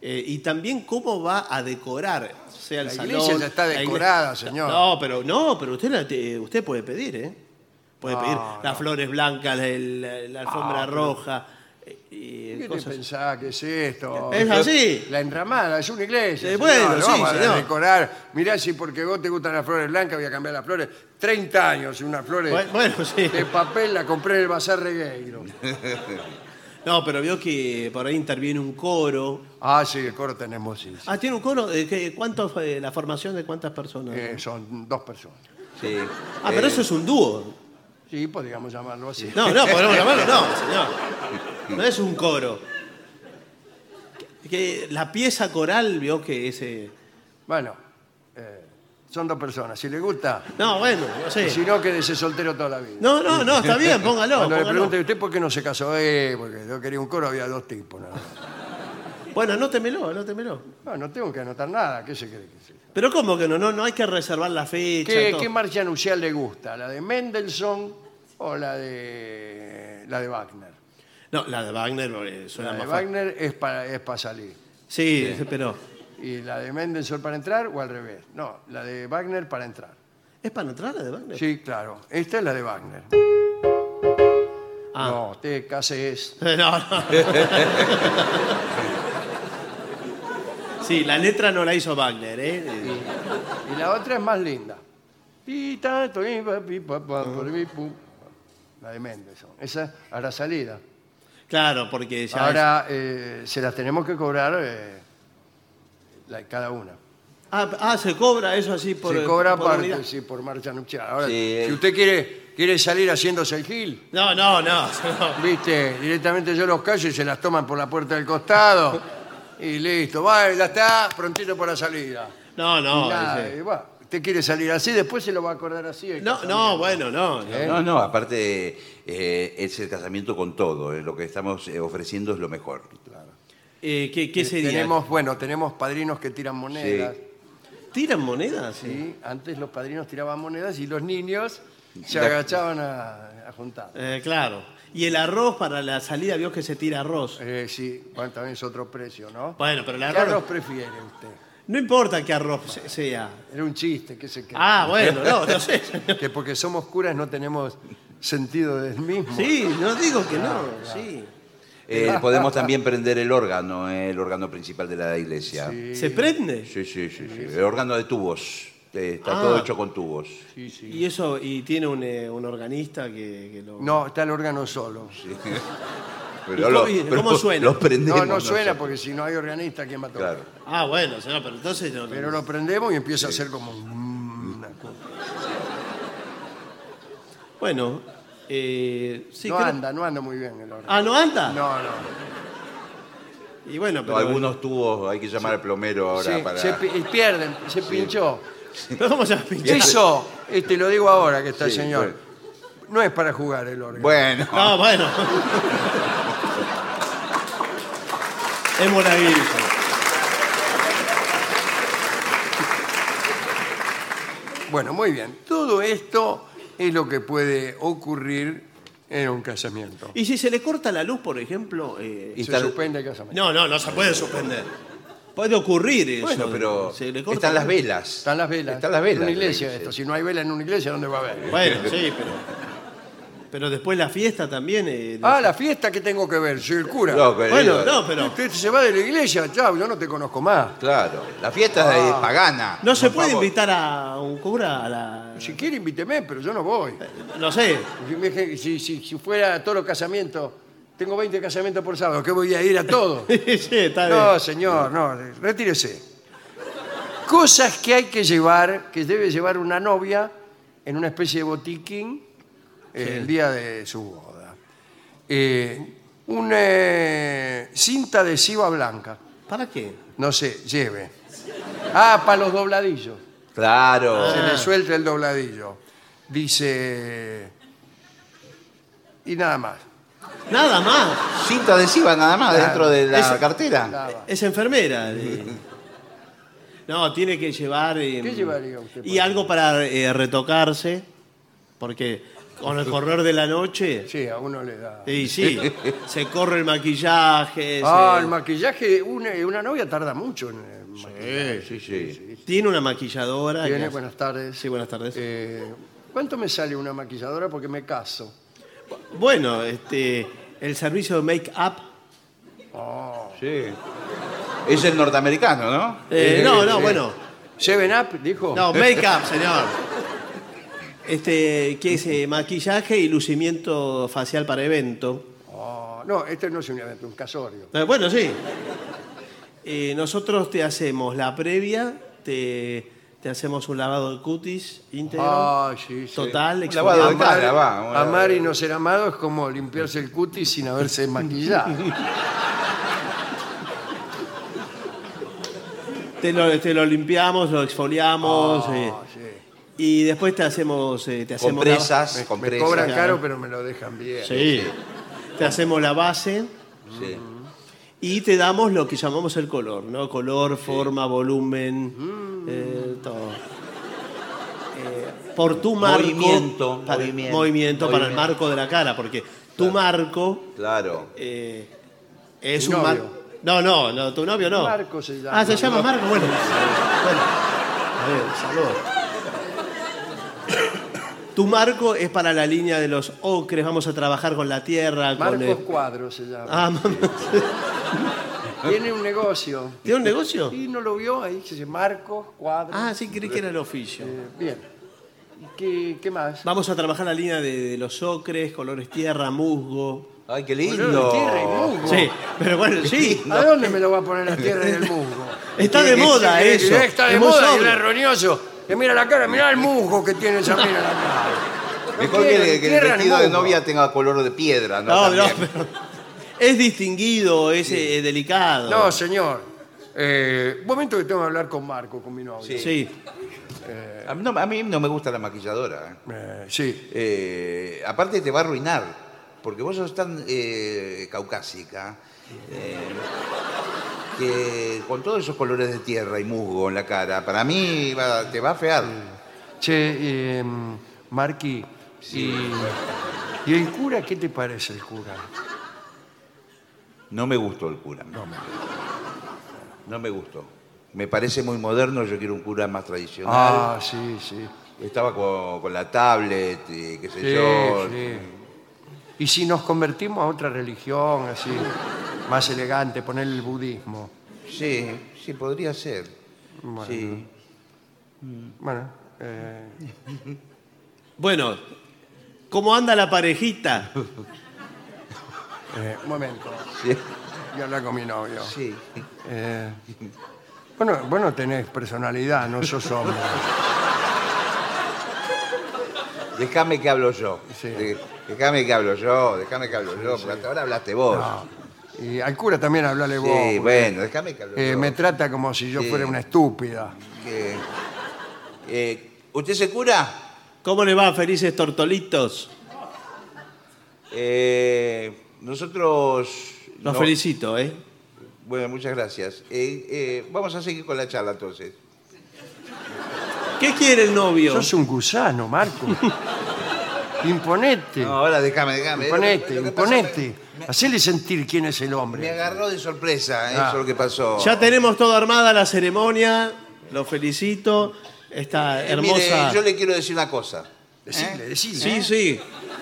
S3: eh, y también cómo va a decorar, sea el
S2: La
S3: salón.
S2: iglesia ya está
S3: la igle-
S2: decorada, señor.
S3: No, pero no, pero usted la te- usted puede pedir, ¿eh? Puede
S2: No,
S3: pedir las
S2: Ah, no. Ah,
S3: flores blancas, la, la- la alfombra roja eh, y
S2: ¿Qué te
S3: cosas.
S2: pensás que es esto?
S3: Es así.
S2: La enramada, es una iglesia. señor,
S3: Eh, bueno,
S2: no
S3: sí,
S2: vamos a
S3: señor.
S2: decorar. Mirá, si porque vos te gustan las flores blancas, voy a cambiar las flores. 30 años, unas flores
S3: Bueno, bueno, sí.
S2: de papel la compré en el Bazar Regueiro.
S3: No, pero vio que por ahí interviene un coro.
S2: Ah, sí, el coro tenemos, sí. sí.
S3: Ah, tiene un coro. Eh, ¿qué- ¿Cuánto fue la formación de cuántas personas?
S2: Eh, son dos personas.
S4: Sí.
S3: ah, pero
S4: Eh,
S3: eso es un dúo.
S2: Sí, podríamos llamarlo así.
S3: No, no, por la mano, no, señor. No es un coro. Que- que la pieza coral vio que ese.
S2: Bueno, eh, son dos personas. Si le gusta,
S3: No, bueno, no sé.
S2: si no, quédese soltero toda la vida.
S3: No, no, no, está bien, póngalo.
S2: Cuando le
S3: póngalo.
S2: pregunte a usted por qué no se casó, eh, porque yo quería un coro, había dos tipos. nada más.
S3: Bueno, anótemelo, anótemelo.
S2: No, no tengo que anotar nada, ¿qué se cree que sí?
S3: Pero ¿cómo que no? No, no hay que reservar la fecha.
S2: ¿Qué,
S3: todo.
S2: qué marcha nupcial le gusta? ¿La de Mendelssohn o la de la de Wagner?
S3: No, la de Wagner eh,
S2: La
S3: suena
S2: de
S3: más fácil.
S2: Wagner es para es para salir.
S3: Sí, pero.
S2: ¿Y la de Mendelssohn para entrar o al revés? No, la de Wagner para entrar.
S3: ¿Es para entrar la de Wagner?
S2: Sí, claro. Esta es la de Wagner.
S3: Ah.
S2: No, usted case es.
S3: No, no. Sí, la letra no la hizo Wagner, ¿eh?
S2: Y la otra es más linda. Pi, ta, to, i, pa, pi, pa, pa,
S3: Ah.
S2: por, pi, pu. La de Mendelssohn. Esa a la salida.
S3: Claro, porque ya. Ah, es-
S2: Ahora eh, se las tenemos que cobrar eh, la- cada una.
S3: Ah, ah, se cobra eso así por.
S2: se cobra
S3: por
S2: parte,
S3: unidad.
S2: sí, por marcha nupcial. Ahora,
S4: Sí.
S2: si usted quiere, quiere salir haciéndose el gil,
S3: No, no, no. no.
S2: viste, directamente yo los callo y se las toman por la puerta del costado y listo, va, ya está, prontito para la salida.
S3: No, no,
S2: Nada,
S3: dice.
S2: y va. Usted quiere salir así, después se lo va a acordar así. el
S3: No,
S2: casamiento.
S3: no, bueno, no. no.
S2: ¿Eh?
S4: No, no, aparte eh, es el casamiento con todo. eh, Lo que estamos eh, ofreciendo es lo mejor.
S3: Eh, ¿qué, qué sería?
S2: Tenemos, bueno, tenemos padrinos que tiran monedas.
S4: Sí.
S3: ¿Tiran monedas?
S2: ¿sí? Antes los padrinos tiraban monedas y los niños se
S4: La-
S2: agachaban a, a juntar.
S3: Eh, claro. Y el arroz para la salida, vio que se tira arroz.
S2: Eh, sí, bueno, también es otro precio, ¿no?
S3: Bueno, pero el
S2: ¿Qué
S3: arroz.
S2: arroz prefiere usted?
S3: No importa qué arroz se- sea.
S2: Era un chiste, qué sé qué.
S3: Ah, bueno, no, no sé.
S2: Que porque somos curas no tenemos sentido del mismo.
S3: Sí, no digo que no, sí.
S4: Eh, podemos también prender el órgano, eh, el órgano principal de la iglesia. Sí,
S3: ¿Se prende?
S4: sí, sí. sí, El órgano de tubos. Eh, está
S3: Ah.
S4: todo hecho con tubos.
S2: Sí, sí.
S3: Y eso, y tiene un, eh, un organista que, que lo.
S2: No, está el órgano solo.
S3: ¿Y cómo- y cómo suena?
S4: Los prendemos.
S2: No, no suena
S4: nosotros.
S2: porque si no hay organista, ¿quién va a tocar?
S4: Claro.
S3: Ah, bueno, señor, pero entonces no. no.
S2: Pero lo prendemos y empieza a hacer como... una cosa.
S3: Bueno, eh, sí,
S2: no
S3: creo-
S2: anda, no anda muy bien el órgano.
S3: Ah, no anda.
S2: No, no.
S3: Y bueno, pero.
S4: No, algunos tubos hay que llamar al plomero ahora
S2: Sí,
S4: para.
S2: se pi- pierden, se pinchó.
S3: Pero ¿Cómo se va a pinchar?
S2: Eso, eh, te lo digo ahora que está el
S4: este- Sí,
S2: señor. No es para jugar el órgano.
S4: Bueno.
S3: No, bueno. es maravilloso.
S2: Bueno, muy bien. Todo esto es lo que puede ocurrir en un casamiento.
S3: Y si se le corta la luz, por ejemplo. eh,
S4: Y-
S2: Se
S4: tal-
S2: suspende el casamiento.
S3: No, no, no se puede suspender. Puede ocurrir eso.
S4: Bueno, pero
S3: Se le corta
S4: están
S3: la
S4: las
S3: luz.
S4: velas.
S2: Están las velas.
S4: Están las velas.
S2: En una iglesia
S4: Sí.
S2: esto. Si no hay vela en una iglesia, ¿dónde va a haber?
S3: Bueno, sí, pero. Pero después la fiesta también. eh,
S2: Ah, la fiesta que tengo que ver, soy el cura.
S4: No, querido.
S3: Bueno, no, pero.
S2: Usted se va de la iglesia, chao, yo no te conozco más.
S4: Claro. La fiesta es
S2: Ah.
S4: pagana.
S3: No se
S4: por
S3: puede
S4: favor.
S3: invitar a un cura a la.
S2: Si quiere, invíteme, pero yo no voy.
S3: No sé.
S2: Si, si- si- si fuera a todos los casamientos, tengo 20 casamientos por sábado, ¿qué voy a ir a todos?
S3: sí, está bien.
S2: No, señor, no, retírese. Cosas que hay que llevar, que debe llevar una novia en una especie de botiquín eh, el día de su boda. Eh, una eh, cinta adhesiva blanca,
S3: ¿Para qué?
S2: no sé, lleve. Ah, para los dobladillos.
S4: Claro.
S2: Se
S3: Ah.
S2: le suelta el dobladillo. Dice... Y nada más.
S3: Nada más.
S4: Cinta adhesiva nada más dentro de la
S3: Esa-
S4: cartera.
S2: nada más.
S3: Es enfermera. eh. No, tiene que llevar. eh,
S2: ¿Qué llevaría usted, por
S3: Y
S2: ejemplo?
S3: algo para eh, retocarse. Porque con el correr de la noche.
S2: Sí, a uno le da...
S3: Sí, sí. se corre el maquillaje.
S2: Ah,
S3: se-
S2: el maquillaje, una, una novia tarda mucho en eh, maquillaje.
S4: Sí, sí.
S3: Tiene una maquilladora. que
S2: Viene,
S3: hace-
S2: buenas tardes.
S3: Sí, buenas tardes.
S2: Eh, ¿Cuánto me sale una maquilladora? Porque me caso.
S3: Bueno, este, el servicio de make-up.
S4: Sí. Es el norteamericano, ¿no?
S3: eh,
S2: Eh,
S3: no, no,
S2: eh.
S3: bueno.
S2: ¿Seven Up, dijo?
S3: No, make-up, señor. Este, que es eh, maquillaje y lucimiento facial para evento.
S2: Oh, no, este no es un evento, un casorio.
S3: Eh, Bueno, sí. Eh, nosotros te hacemos la previa, te, te hacemos un lavado de cutis íntegro.
S2: Ah, sí, sí.
S3: Total,
S4: Un lavado de
S3: exfoliante.
S4: cara, va. un lavado
S2: Amar
S4: de-
S2: y no ser amado es como limpiarse el cutis sin haberse maquillado.
S3: Te lo, te lo limpiamos, lo exfoliamos. eh,
S2: Ah, sí.
S3: y después te hacemos. eh, te
S4: Con
S3: hacemos la-
S4: presas,
S2: Me,
S4: con
S2: me
S4: presas.
S2: cobran
S3: claro.
S2: caro, pero me lo dejan bien.
S3: Sí. Te hacemos la base
S4: Sí.
S3: y te damos lo que llamamos el color, ¿no? Color, forma, volumen, eh, todo. Eh, por tu marco.
S4: Movimiento,
S3: para el-
S4: movimiento.
S3: movimiento para el
S4: Movimiento.
S3: marco de la cara, porque tu marco
S4: Claro.
S3: eh, es
S2: Tu
S3: un marco.
S2: novio.
S3: No, no, no, tu novio no.
S2: Marco se llama.
S3: Ah, se llama Marco, bueno. bueno. A ver, saludos. Tu marco es para la línea de los ocres, vamos a trabajar con la tierra, con el-
S2: Marcos Cuadro se llama.
S3: Ah, mamá.
S2: Tiene un negocio.
S3: ¿Tiene un negocio?
S2: Y no lo vio ahí, se dice Marcos Cuadro.
S3: Ah, sí, creí que era el oficio.
S2: Eh, bien. ¿Y qué, qué más?
S3: Vamos a trabajar la línea de, de los ocres, colores tierra, musgo.
S4: Ay, qué
S2: Color de tierra y
S4: lindo.
S2: musgo.
S3: Sí, pero bueno, sí.
S2: ¿A dónde me lo va a poner la tierra y el musgo?
S3: Está de
S4: Sí,
S3: moda
S2: Eh,
S3: eso.
S2: Está de
S3: Es muy
S2: moda y
S3: sobrio.
S2: era roñoso. Le mira la cara, mira el musgo que tiene esa mina en la cara. No
S4: Mejor
S2: quiero
S4: que,
S2: ni
S4: que el
S2: tierra ni
S4: vestido de
S2: musgo.
S4: novia tenga color de piedra, ¿no?
S3: No, no,
S4: También.
S3: pero es distinguido, es eh, delicado.
S2: No, señor. Eh, un momento que tengo que hablar con Marco, con mi novio.
S3: sí.
S4: A mí no, a mí no me gusta la maquilladora. ¿eh?
S2: Eh, sí.
S4: Eh, aparte te va a arruinar, porque vos sos tan eh, caucásica, eh, que con todos esos colores de tierra y musgo en la cara, para mí va- te va a fear.
S2: Che, eh, Marqui, y, ¿y el cura qué te parece el cura?
S4: No me gustó el cura. No me, gustó. Me parece muy moderno, yo quiero un cura más tradicional.
S2: Ah, sí, sí.
S4: Estaba con, con la tablet y qué sé
S2: Sí,
S4: yo.
S2: sí. Y si nos convertimos a otra religión, así, más elegante, poner el budismo.
S4: Sí, sí, podría ser.
S2: Bueno.
S4: Sí.
S2: Bueno, eh,
S3: Bueno, ¿cómo anda la parejita?
S2: eh, un momento,
S4: Sí.
S2: yo hablar con mi novio.
S4: sí.
S2: Eh, bueno, vos no tenés personalidad, no sos hombre.
S4: Déjame que hablo yo.
S2: Sí.
S4: De- Déjame que hablo yo, déjame que hablo yo, porque hasta ahora hablaste vos.
S2: No. Y al cura también hablale vos.
S4: Sí,
S2: porque,
S4: bueno, déjame que hablo
S2: eh,
S4: yo.
S2: me trata como si yo
S4: Sí.
S2: fuera una estúpida.
S4: Que- eh, ¿Usted se cura?
S3: ¿Cómo le va, felices tortolitos?
S4: Eh, nosotros...
S3: Los
S4: no-
S3: felicito, ¿eh?
S4: Bueno, muchas gracias. Eh, eh, vamos a seguir con la charla entonces.
S3: ¿Qué quiere el novio?
S2: Sos un gusano, Marco. imponete,
S4: No, ahora déjame, déjame.
S2: imponete,
S4: Lo que- lo que pasa
S2: imponete.
S4: me-
S2: Hacele sentir quién es el
S4: Me,
S2: hombre.
S4: me agarró de sorpresa eh,
S2: Ah.
S4: eso lo que pasó.
S3: Ya tenemos todo armada la ceremonia. Los felicito. Esta
S4: Eh, mire,
S3: hermosa.
S4: yo le quiero decir una cosa. ¿eh?
S2: Decile, decile.
S3: Sí, sí.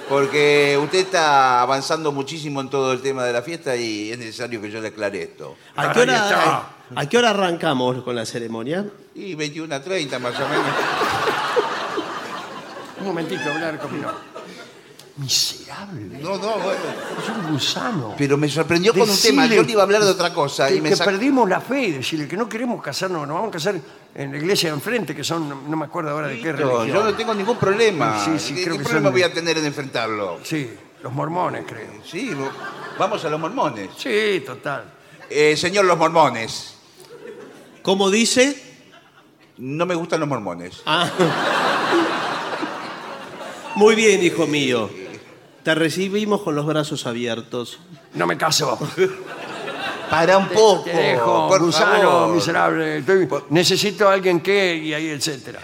S4: Porque usted está avanzando muchísimo en todo el tema de la fiesta y es necesario que yo le aclare esto.
S3: ¿A qué,
S2: Ahí
S3: hora,
S2: está.
S3: ¿A qué hora arrancamos con la ceremonia?
S4: Y 21 a 30 más o menos.
S2: Un momentito, hablar con mi novio. Miserable,
S4: No, no, bueno.
S2: es un gusano.
S4: Pero me sorprendió con un
S2: Decile
S4: tema. Yo le iba a hablar de otra cosa
S2: que,
S4: y me
S2: que
S4: sacó.
S2: perdimos la fe y decirle que no queremos casarnos, nos vamos a casar en la iglesia de enfrente, que son, no, no me acuerdo ahora de qué religión.
S4: Yo no tengo ningún problema.
S2: Sí, sí,
S4: ¿Qué,
S2: creo
S4: qué
S2: que
S4: problema
S2: son-
S4: voy a tener en enfrentarlo?
S2: Sí, los mormones, creo.
S4: Sí, lo- vamos a los mormones.
S2: Sí, total.
S4: Eh, señor, los mormones.
S3: ¿Cómo dice? Ah.
S4: No me gustan los mormones.
S3: Muy bien, hijo mío. Te recibimos con los brazos abiertos.
S2: No me caso.
S4: Para un poco.
S2: Te dejo,
S4: Oh, por
S2: gusano
S4: favor.
S2: miserable. estoy- necesito a alguien que, y ahí, etcétera.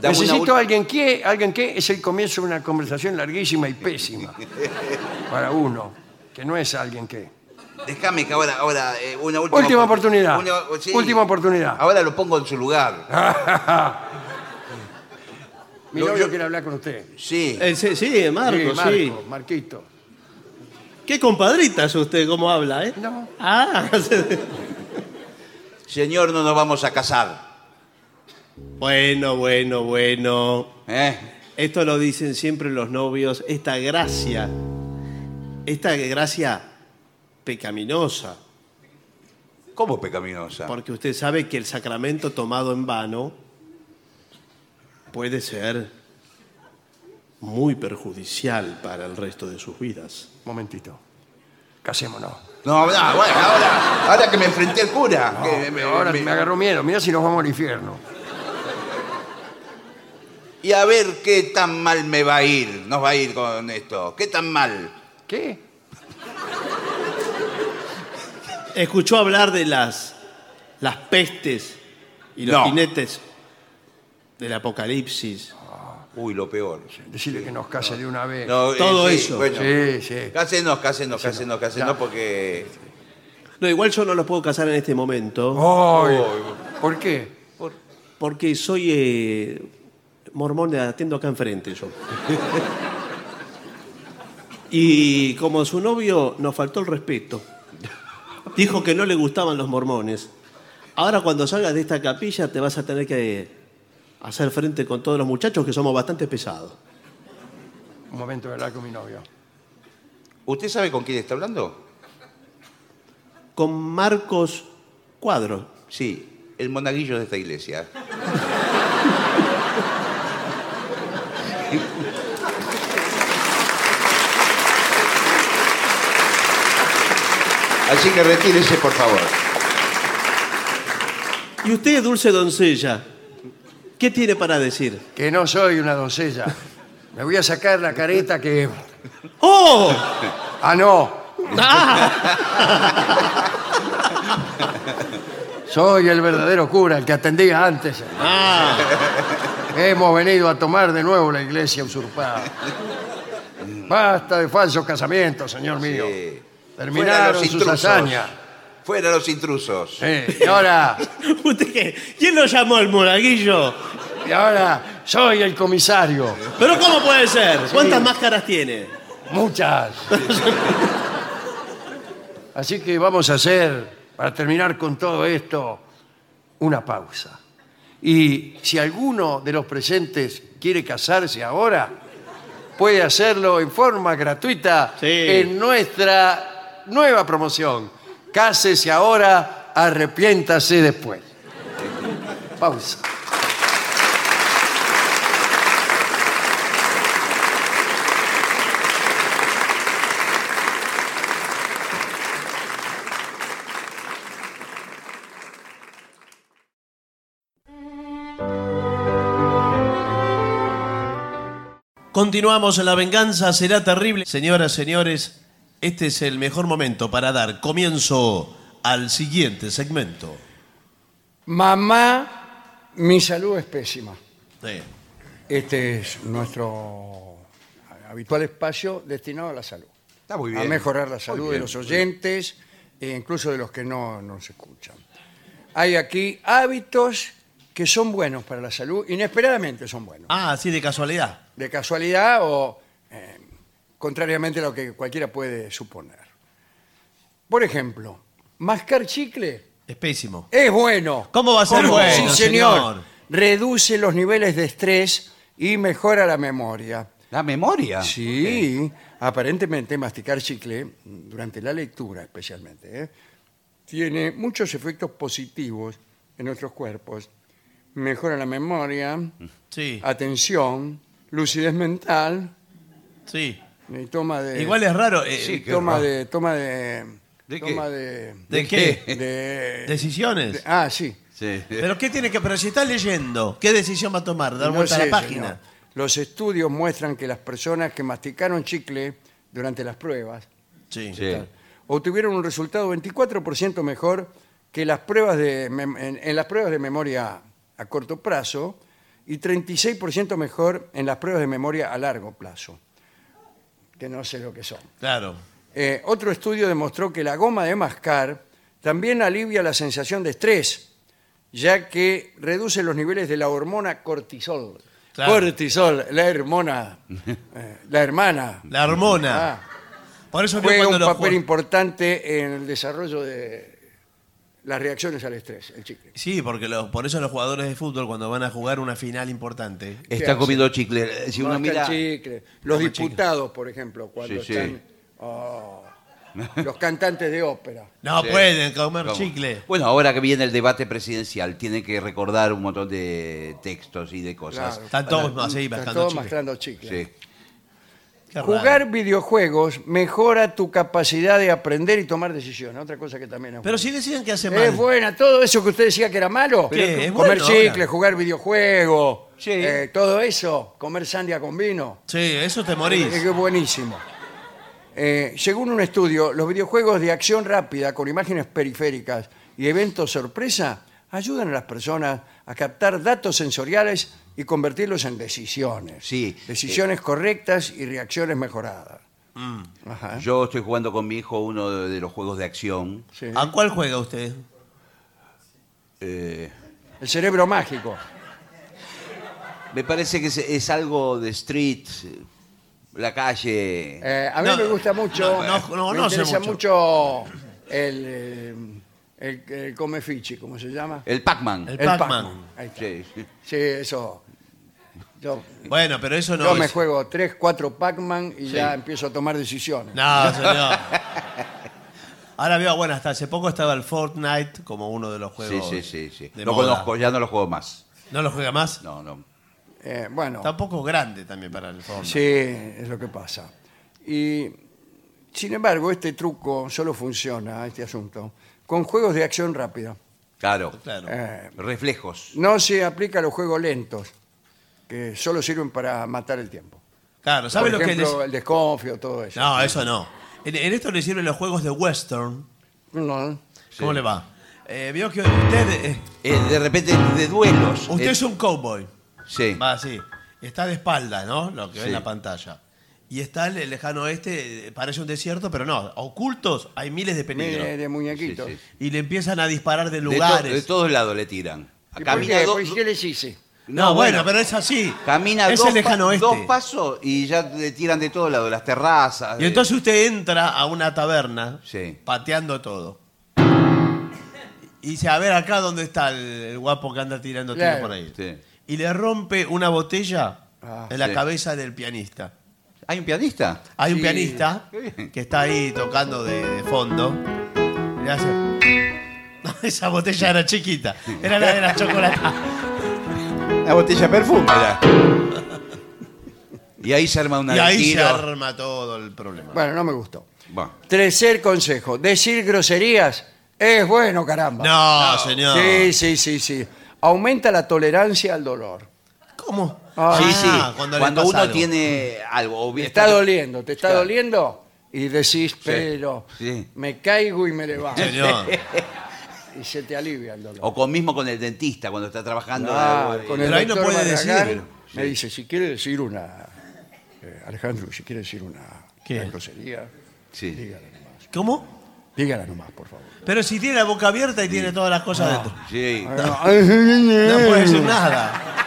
S4: Dame una
S2: necesito
S4: ul-
S2: a alguien que, alguien que es el comienzo de una conversación larguísima y pésima para uno, que no es alguien que.
S4: Déjame que ahora, ahora eh, una última,
S2: Última
S4: opor-
S2: oportunidad.
S4: una- oh, sí. Ah,
S2: Última oportunidad.
S4: Ahora lo pongo en su lugar.
S2: Mi
S4: Yo-
S2: novio
S4: yo-
S2: quiere hablar con usted.
S4: Sí.
S3: Eh, sí, sí, Marco, sí.
S2: Marco, Marquito.
S3: Qué compadrita es usted, cómo habla, ¿eh?
S2: No.
S3: Ah,
S4: Señor, no nos vamos a casar.
S3: bueno, bueno, bueno.
S4: ¿eh?
S3: Esto lo dicen siempre los novios, esta gracia, esta gracia pecaminosa,
S4: ¿Cómo pecaminosa?
S3: porque usted sabe que el sacramento tomado en vano puede ser muy perjudicial para el resto de sus vidas.
S2: Momentito. Casémonos.
S4: No, no, bueno, ahora, ahora que me enfrenté al cura. que me-
S2: Ah, Ahora
S4: me-
S2: me agarró miedo. Mira si nos vamos al infierno.
S4: Y a ver qué tan mal me va a ir, nos va a ir con esto. ¿Qué tan mal?
S2: ¿Qué?
S3: ¿Escuchó hablar de las, las pestes y los
S4: No.
S3: jinetes del apocalipsis?
S4: Uy, lo peor.
S2: Decirle que nos case de una vez.
S4: No, eh,
S3: Todo
S4: sí,
S3: eso.
S4: Bueno,
S2: Sí, sí.
S4: Cásenos, cásenos, cásenos, cásenos,
S2: Ya.
S4: porque.
S3: No, igual yo no los puedo casar en este momento.
S2: Ay,
S4: Uy,
S2: ¿Por qué?
S3: Porque soy eh, mormón, atiendo acá enfrente yo. y como su novio nos faltó el respeto, dijo que no le gustaban los mormones. Ahora cuando salgas de esta capilla te vas a tener que hacer frente con todos los muchachos que somos bastante pesados.
S2: Un momento de hablar con mi novio.
S4: ¿Usted sabe con quién está hablando?
S3: Con Marcos Cuadro.
S4: Sí, el monaguillo de esta iglesia. Así que retírese, por favor.
S3: Y usted, dulce doncella,
S5: ¿Qué tiene para decir?
S2: que no soy una doncella. Me voy a sacar la careta que...
S5: ¡Oh!
S2: Ah, no,
S5: ¡Ah!
S2: soy el verdadero cura, el que atendía antes.
S5: ¡Ah!
S2: Hemos venido a tomar de nuevo la iglesia usurpada. Basta de falsos casamientos, señor mío.
S4: Sí. Fuera
S2: Terminaron
S4: los
S2: sus
S4: intrusos.
S2: hazañas.
S4: Fuera los intrusos.
S2: Sí, y ahora,
S5: ¿Usted qué? ¿Quién lo llamó al moraguillo?
S2: y ahora soy el comisario.
S5: ¿Pero cómo puede ser? ¿Cuántas máscaras tiene?
S2: Muchas. Así que vamos a hacer, para terminar con todo esto, una pausa. Y si alguno de los presentes quiere casarse ahora, puede hacerlo en forma gratuita
S5: Sí.
S2: en nuestra nueva promoción. Cásese ahora, arrepiéntase después. Pausa.
S3: Continuamos en La Venganza Será Terrible. Señoras, señores, este es el mejor momento para dar comienzo al siguiente segmento.
S2: Mamá, mi salud es pésima.
S3: Sí.
S2: Este es nuestro habitual espacio destinado a la salud.
S4: Está muy bien.
S2: A mejorar la salud
S4: Muy
S2: de
S4: bien,
S2: los oyentes e incluso de los que no nos escuchan. Hay aquí hábitos que son buenos para la salud, inesperadamente son buenos.
S3: Ah, así de casualidad.
S2: De casualidad o eh, contrariamente a lo que cualquiera puede suponer. Por ejemplo, mascar chicle
S3: Es pésimo.
S2: es bueno.
S3: ¿Cómo va a ser bueno,
S2: Sí, señor.
S3: señor?
S2: Reduce los niveles de estrés y mejora la memoria.
S4: La memoria.
S2: Sí, aparentemente masticar chicle, durante la lectura especialmente, ¿eh? tiene muchos efectos positivos en nuestros cuerpos. Mejora la memoria,
S3: Sí,
S2: Ah, atención, lucidez mental,
S3: sí.
S2: y toma de...
S3: Igual es raro. eh,
S4: Sí. qué
S2: toma
S4: raro.
S2: de Toma de...
S4: ¿De qué?
S2: toma de...
S3: ¿De qué?
S2: de-
S3: Decisiones.
S2: de- ah, sí.
S4: Sí.
S3: ¿Pero qué tiene que...? Pero si está leyendo, ¿qué decisión va a tomar? ¿Dar
S2: No
S3: vuelta a
S2: sé,
S3: la página?
S2: señor. Los estudios muestran que las personas que masticaron chicle durante las pruebas
S3: Sí.
S4: Sí.
S2: obtuvieron un resultado 24% mejor que las pruebas de mem- en, en las pruebas de memoria a corto plazo y 36% mejor en las pruebas de memoria a largo plazo, que no sé lo que son.
S3: Claro.
S2: Eh, otro estudio demostró que la goma de mascar también alivia la sensación de estrés, ya que reduce los niveles de la hormona cortisol.
S3: Claro.
S2: Cortisol, la hormona, eh, la hermana.
S3: La hormona.
S2: Ah
S3: Por eso que
S2: juega
S3: cuando
S2: un
S3: los
S2: papel
S3: jue-
S2: importante en el desarrollo de las reacciones al estrés, el chicle.
S3: Sí, porque los- por eso los jugadores de fútbol cuando van a jugar una final importante.
S2: ¿Qué hace?
S4: Está comiendo chicle. Si uno
S2: Mascan
S4: mira.
S2: chicle. Los
S3: Toma
S2: diputados, por ejemplo, cuando
S4: Sí, sí.
S2: están... Oh, los cantantes de ópera.
S3: No
S4: Sí.
S3: pueden comer
S4: ¿Cómo?
S3: chicle.
S4: Bueno, ahora que viene el debate presidencial, tiene que recordar un montón de textos y de cosas.
S2: Claro.
S3: Están todos así,
S2: Están
S3: mascando
S2: todos
S3: chicle.
S2: mascando chicle.
S4: Sí.
S3: Qué raro.
S2: Jugar videojuegos mejora tu capacidad de aprender y tomar decisiones. Otra cosa que también es buena.
S3: Pero si deciden que hace
S2: Es
S3: mal.
S2: buena, todo eso que usted decía que era malo.
S3: ¿Qué? Es
S2: comer
S3: bueno
S2: chicle,
S3: ahora.
S2: jugar videojuegos,
S4: Sí.
S2: eh, todo eso, comer sandia con vino.
S3: Sí, eso te
S2: Es
S3: morís.
S2: que es buenísimo. Eh, según un estudio, los videojuegos de acción rápida con imágenes periféricas y eventos sorpresa ayudan a las personas a captar datos sensoriales y convertirlos en decisiones.
S3: eh.
S4: Sí.
S2: Decisiones correctas y reacciones mejoradas.
S3: Mm.
S2: Ajá.
S4: Yo estoy jugando con mi hijo uno de, de los juegos de acción.
S2: Sí.
S3: ¿A cuál juega usted?
S4: Eh,
S2: El cerebro mágico.
S4: me parece que es, es algo de street, la calle.
S2: Eh, a mí
S3: No,
S2: me gusta mucho.
S3: no, no, no,
S2: me
S3: no sé
S2: interesa
S3: mucho.
S2: mucho, el, eh, el, el comefichi, ¿cómo se llama?
S4: El Pac-Man. Eh,
S3: El-
S2: El
S3: Pac-Man.
S2: Ahí está.
S4: Sí, sí.
S2: Sí, eso. Yo,
S3: Bueno, pero eso no
S2: yo me
S3: es-
S2: juego 3, 4 Pac-Man y ya empiezo a tomar decisiones.
S3: No, señor. Ahora veo, bueno, hasta hace poco estaba el Fortnite como uno de los
S4: Sí,
S3: juegos.
S4: sí, sí, sí.
S3: de
S4: Lo
S3: moda.
S4: conozco, ya no lo juego más.
S3: ¿No lo juega más?
S4: No, no.
S2: Eh, bueno,
S3: Tampoco grande también para el Fortnite.
S2: sí, es lo que pasa. Y sin embargo, este truco solo funciona, este asunto, con juegos de acción rápida.
S4: Claro.
S3: Claro.
S2: Eh,
S4: Reflejos.
S2: no se aplica a los juegos lentos, que solo sirven para matar el tiempo.
S3: Claro, ¿sabe
S2: Por
S3: lo que
S2: ejemplo,
S3: les-
S2: el desconfío, todo eso.
S3: No, eso no. En, en esto le sirven los juegos de western.
S2: No.
S3: ¿Cómo le va? Eh, veo que usted, eh,
S4: Eh, de repente, de duelos.
S3: usted
S4: Eh,
S3: es un cowboy.
S4: Sí.
S3: Va así. Está de espalda, ¿no? Lo que ve en
S4: Sí.
S3: la pantalla. Y está el el lejano oeste, eh, parece un desierto, pero no. Ocultos hay miles de peligros.
S2: Mire, de muñequitos.
S4: Sí, sí.
S3: Y le empiezan a disparar de
S4: De, to-
S3: lugares.
S4: de todos lados le tiran.
S2: ¿Y por
S4: Camina
S2: qué?
S4: do-
S2: Pues, ¿Qué les hice?
S3: no, bueno, pero es así.
S4: Camina
S3: es
S4: dos,
S3: el lejano
S4: pa-
S3: oeste.
S4: dos pasos y ya le tiran de todos lados, las terrazas.
S3: Y
S4: de-
S3: entonces usted entra a una taberna
S4: Sí.
S3: pateando todo. Y dice, a ver acá dónde está el, el guapo que anda tirando tiros
S2: Claro.
S3: por ahí.
S4: Sí.
S3: Y le rompe una botella
S2: Ah,
S3: en la
S4: sí.
S3: cabeza del pianista.
S4: ¿Hay un pianista?
S3: Hay un
S2: Sí.
S3: pianista
S4: Qué bien.
S3: que está ahí tocando de, de fondo. Y le hace... Esa botella era chiquita. Era la de la chocolate.
S4: La botella de perfume. era. y ahí se arma una
S3: Y ahí se
S4: tiro.
S3: arma todo el problema.
S2: Bueno, no me gustó.
S4: Bueno,
S2: Tercer consejo, decir groserías es bueno, caramba.
S3: no, señor.
S2: Sí, sí, sí, sí. Aumenta la tolerancia al dolor.
S3: ¿Cómo?
S2: Ah,
S4: sí, sí.
S3: Ah,
S4: Cuando,
S3: le pasa
S4: uno
S3: algo.
S4: tiene algo. o
S2: Te
S4: bien-
S2: está doliendo, te está
S4: Claro.
S2: doliendo y decís, pero
S4: sí.
S2: me caigo y me levanto.
S3: Señor.
S2: Y se te alivia el dolor.
S4: O con, mismo con el dentista cuando está trabajando.
S2: Ah,
S4: algo, eh,
S2: con
S4: y-
S2: el
S3: pero ahí no
S2: doctor
S3: puede
S2: Barragán
S3: decir.
S2: Me dice, si quiere decir una... eh, Alejandro, si quiere decir una,
S3: ¿Qué?
S2: una grosería,
S4: Sí.
S2: dígala nomás.
S3: ¿Cómo?
S2: Dígala nomás, por favor.
S3: Pero si tiene la boca abierta y tiene todas las cosas dentro.
S4: Sí.
S3: No puede decir nada. No,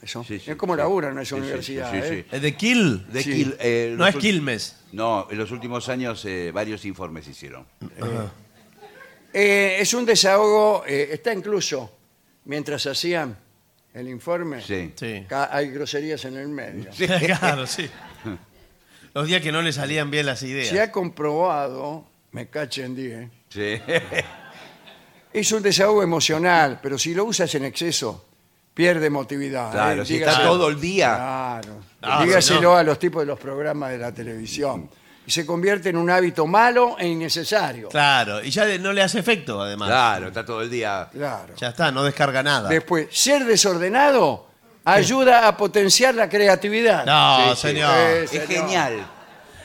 S2: Eso.
S4: Sí, sí,
S2: es como
S4: sí.
S2: laburan en esa
S4: Sí, sí,
S2: universidad.
S4: sí, sí,
S2: ¿eh?
S3: ¿Es de Kill?
S4: De
S2: Sí.
S4: Quil- eh,
S3: No
S4: los
S3: es
S4: ul-
S3: Quilmes.
S4: No, en los últimos años eh, varios informes se hicieron.
S2: Eh, es un desahogo, eh, está incluso, mientras hacían el informe,
S4: Sí.
S3: Sí.
S2: ca- hay groserías en el medio.
S3: Claro, sí. Los días que no le salían bien las
S2: Se
S3: ideas.
S2: ha comprobado, me cachen 10,
S4: Sí.
S2: es un desahogo emocional, pero si lo usas en exceso, pierde emotividad.
S4: Claro,
S2: ¿eh?
S4: si
S2: Dígaselo-
S4: está todo el día.
S2: Claro.
S3: Ah,
S2: Dígaselo
S3: señor.
S2: a los tipos de los programas de la televisión. Y se convierte en un hábito malo e innecesario.
S3: Claro. Y ya de- no le hace efecto, además.
S4: Claro, está todo el día.
S2: Claro.
S3: Ya está, no descarga nada.
S2: Después, ser desordenado ayuda a potenciar la creatividad.
S3: No,
S4: Sí, sí.
S3: señor.
S2: Sí,
S4: Es
S2: señor.
S4: genial.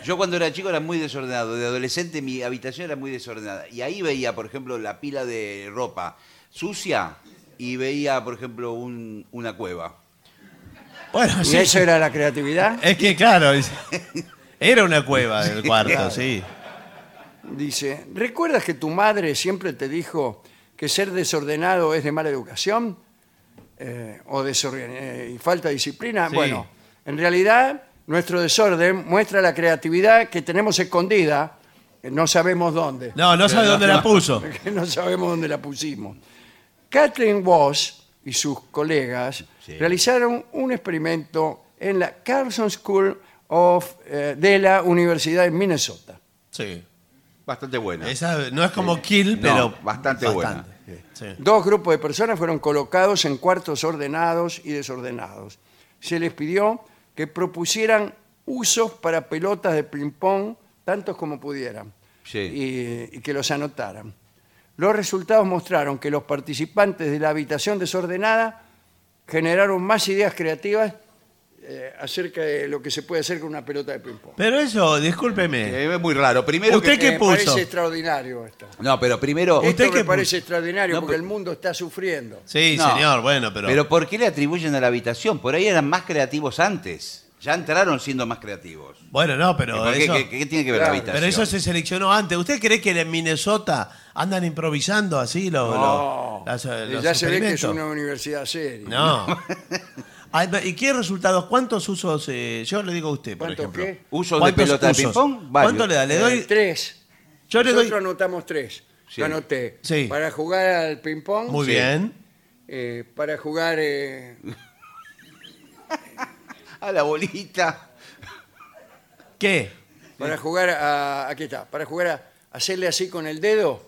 S4: Yo cuando era chico era muy desordenado. De adolescente mi habitación era muy desordenada. Y ahí veía, por ejemplo, la pila de ropa sucia y veía, por ejemplo, un- una cueva.
S3: Bueno,
S2: ¿Y
S3: sí.
S2: eso era la creatividad?
S3: Es que, claro. es- Era una cueva del cuarto, sí.
S2: Dice, ¿recuerdas que tu madre siempre te dijo que ser desordenado es de mala educación? Eh, o desorgan- eh, y falta de disciplina.
S3: Sí.
S2: Bueno, en realidad nuestro desorden muestra la creatividad que tenemos escondida, que no sabemos dónde,
S3: No, no sabe dónde la puso.
S2: que no sabemos dónde la pusimos. Kathleen Walsh y sus colegas realizaron un experimento en la Carson School of, eh, de la Universidad de Minnesota.
S3: Sí.
S4: Bastante buena.
S3: Esa no es como Kill,
S4: No,
S3: pero.
S4: bastante buena.
S3: Sí.
S2: Dos grupos de personas fueron colocados en cuartos ordenados y desordenados. Se les pidió que propusieran usos para pelotas de ping-pong, tantos como pudieran,
S4: Sí.
S2: y, y que los anotaran. Los resultados mostraron que los participantes de la habitación desordenada generaron más ideas creativas eh, acerca de lo que se puede hacer con una pelota de ping-pong.
S3: Pero eso, discúlpeme.
S4: Eh, Es muy raro. Primero
S3: ¿Usted
S4: que-
S3: qué
S2: Me
S3: puso?
S2: parece extraordinario esto.
S4: No, pero primero...
S3: ¿Usted
S2: Esto
S3: qué
S2: me
S3: puso?
S2: parece extraordinario
S4: No,
S2: porque
S4: pero-
S2: el mundo está sufriendo.
S3: Sí,
S4: No.
S3: señor, bueno, pero.
S4: Pero... ¿por qué le atribuyen a la habitación? Por ahí eran más creativos antes. Ya entraron siendo más creativos.
S3: bueno, no,
S4: ¿Y
S3: pero
S4: por qué,
S3: eso.
S4: qué- qué tiene que ver
S2: Claro.
S4: la habitación?
S3: pero eso se seleccionó antes. ¿Usted cree que en Minnesota andan improvisando así los,
S2: No.
S3: los- las, eh, los
S2: ya se ve que es
S3: experimentos?
S2: una universidad seria.
S3: No. Ay, pero, ¿Y qué resultados? ¿Cuántos usos? eh, yo le digo a usted, por
S2: ¿Cuántos
S3: ejemplo.
S2: qué?
S4: ¿Usos de
S3: ¿Cuántos
S4: pelota de
S3: usos?
S4: ping-pong? Varios. este,
S3: ¿Cuánto le da? Le
S2: Eh,
S3: doy.
S2: tres.
S3: Yo le
S2: Nosotros
S3: doy.
S2: anotamos tres.
S4: Sí.
S2: Yo anoté.
S3: Sí.
S2: Para jugar al ping-pong.
S3: Muy bien.
S2: eh, para jugar eh,
S4: A la bolita.
S3: ¿Qué?
S2: para jugar a aquí está para jugar a hacerle así con el dedo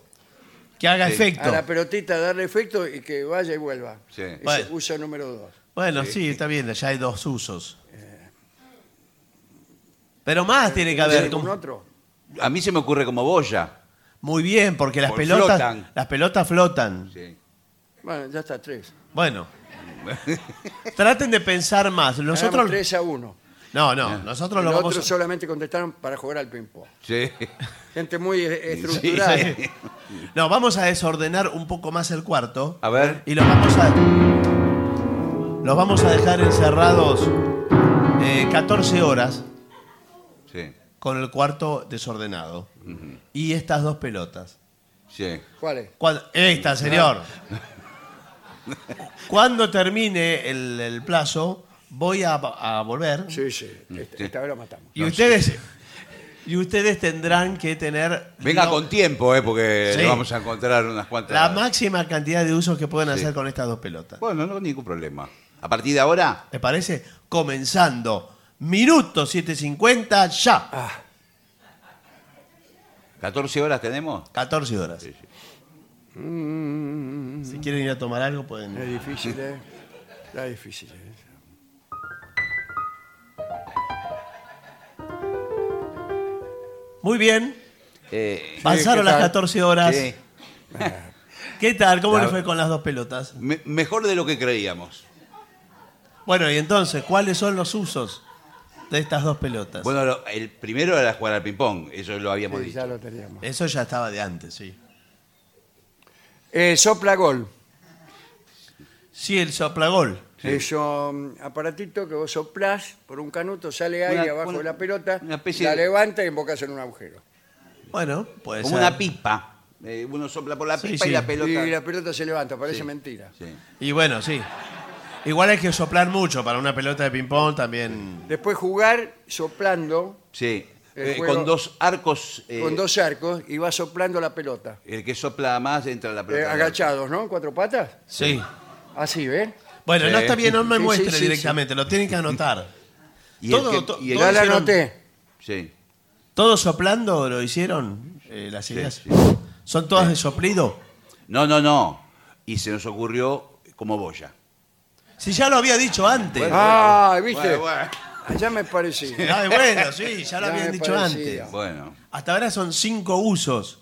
S3: Que haga
S4: Sí.
S3: efecto.
S2: a la pelotita darle efecto y que vaya y vuelva
S4: Sí.
S2: Ese
S3: Bueno.
S2: uso número dos
S3: Bueno, sí. está bien, ya hay dos usos. Pero más tiene que haber.
S2: ¿Algún
S3: como-
S2: otro
S4: A mí se me ocurre como boya.
S3: Muy bien, porque las
S4: Por
S3: pelotas
S4: flotan.
S3: las pelotas flotan.
S4: Sí.
S2: bueno ya está tres
S3: Bueno. Traten de pensar más.
S2: Ganamos
S3: Nosotros
S2: tres a uno
S3: No, no, nosotros lo
S2: los
S3: vamos
S2: otros
S3: a...
S2: solamente contestaron para jugar al ping pong
S4: Sí.
S2: gente muy eh, estructurada
S4: eh.
S3: Sí. No, vamos a desordenar un poco más el cuarto.
S4: A ver.
S3: Y los vamos a. Los vamos a dejar encerrados eh, 14 horas
S4: Sí.
S3: con el cuarto desordenado. Y estas dos pelotas.
S4: Sí.
S2: ¿cuál es?
S3: Cuan- esta, señor. Cuando termine el, el plazo, voy a, a volver.
S2: sí sí esta, esta vez lo matamos
S3: Y ustedes. Y ustedes tendrán que tener.
S4: Venga
S3: lo-
S4: con tiempo, eh, porque
S3: Sí.
S4: le vamos a encontrar unas cuantas.
S3: La máxima cantidad de usos que pueden hacer con estas dos pelotas.
S4: Bueno, no ningún problema. A partir de ahora,
S3: ¿Te parece? Comenzando. Minuto 7.50 ya.
S4: 14 horas tenemos.
S3: 14 horas. Si quieren ir a tomar algo, pueden.
S2: es difícil eh está difícil eh.
S3: Muy bien.
S4: Eh,
S3: Pasaron
S2: ¿qué
S3: las
S2: tal?
S3: 14 horas.
S4: sí.
S3: ¿Qué tal? ¿Cómo
S4: La-
S3: le fue con las dos pelotas?
S4: Me- mejor de lo que creíamos.
S3: Bueno, y entonces, ¿cuáles son los usos de estas dos pelotas?
S4: Bueno, lo- el primero era jugar al ping-pong, eso lo habíamos
S2: Sí,
S4: dicho.
S2: ya lo teníamos
S3: Eso ya estaba de antes, sí.
S2: eh, sopla gol
S3: Sí, el soplagol.
S2: Es un aparatito que vos soplás por un canuto, sale aire
S4: Una-
S2: abajo
S4: una-
S2: de la pelota,
S4: una especie
S2: la
S4: de-
S2: levanta y embocas en un agujero.
S3: Bueno, puede
S4: Como
S3: ser.
S4: una pipa. Eh, uno sopla por la
S3: Sí,
S4: pipa
S3: sí.
S4: y la pelota.
S2: Y la pelota se levanta, parece mentira.
S4: Sí.
S3: Y bueno, sí. Igual hay que soplar mucho para una pelota de ping-pong también.
S2: Después jugar soplando
S4: Sí.
S2: El
S4: Eh,
S2: juego-
S4: con dos arcos. eh,
S2: con dos arcos y vas soplando la pelota.
S4: El que sopla más entra la
S2: Eh,
S4: pelota.
S2: agachados, ¿no? En cuatro patas.
S3: Sí.
S2: Así, ¿eh? ¿ves?
S3: Bueno,
S4: Sí.
S3: no está bien, no me
S2: Sí, sí,
S3: muestre
S2: sí,
S3: directamente, lo tienen que anotar.
S4: Y el
S3: Todo-
S4: que-
S3: to-
S4: y el-
S3: todo
S2: Ya la
S3: hicieron-
S2: anoté.
S4: Sí.
S3: ¿Todos soplando lo hicieron? eh, las ideas.
S4: sí.
S3: ¿Son todas de soplido?
S4: No, no, no. Y se nos ocurrió como boya.
S3: Si ya lo había dicho antes.
S4: Bueno.
S2: Ah, ¿viste?
S4: Bueno, bueno.
S2: Allá me parecía.
S3: Ay, Ah, bueno, sí, ya lo
S2: Ya
S3: habían
S2: me
S3: dicho
S2: parecía.
S3: antes.
S4: Bueno.
S3: Hasta ahora son cinco usos.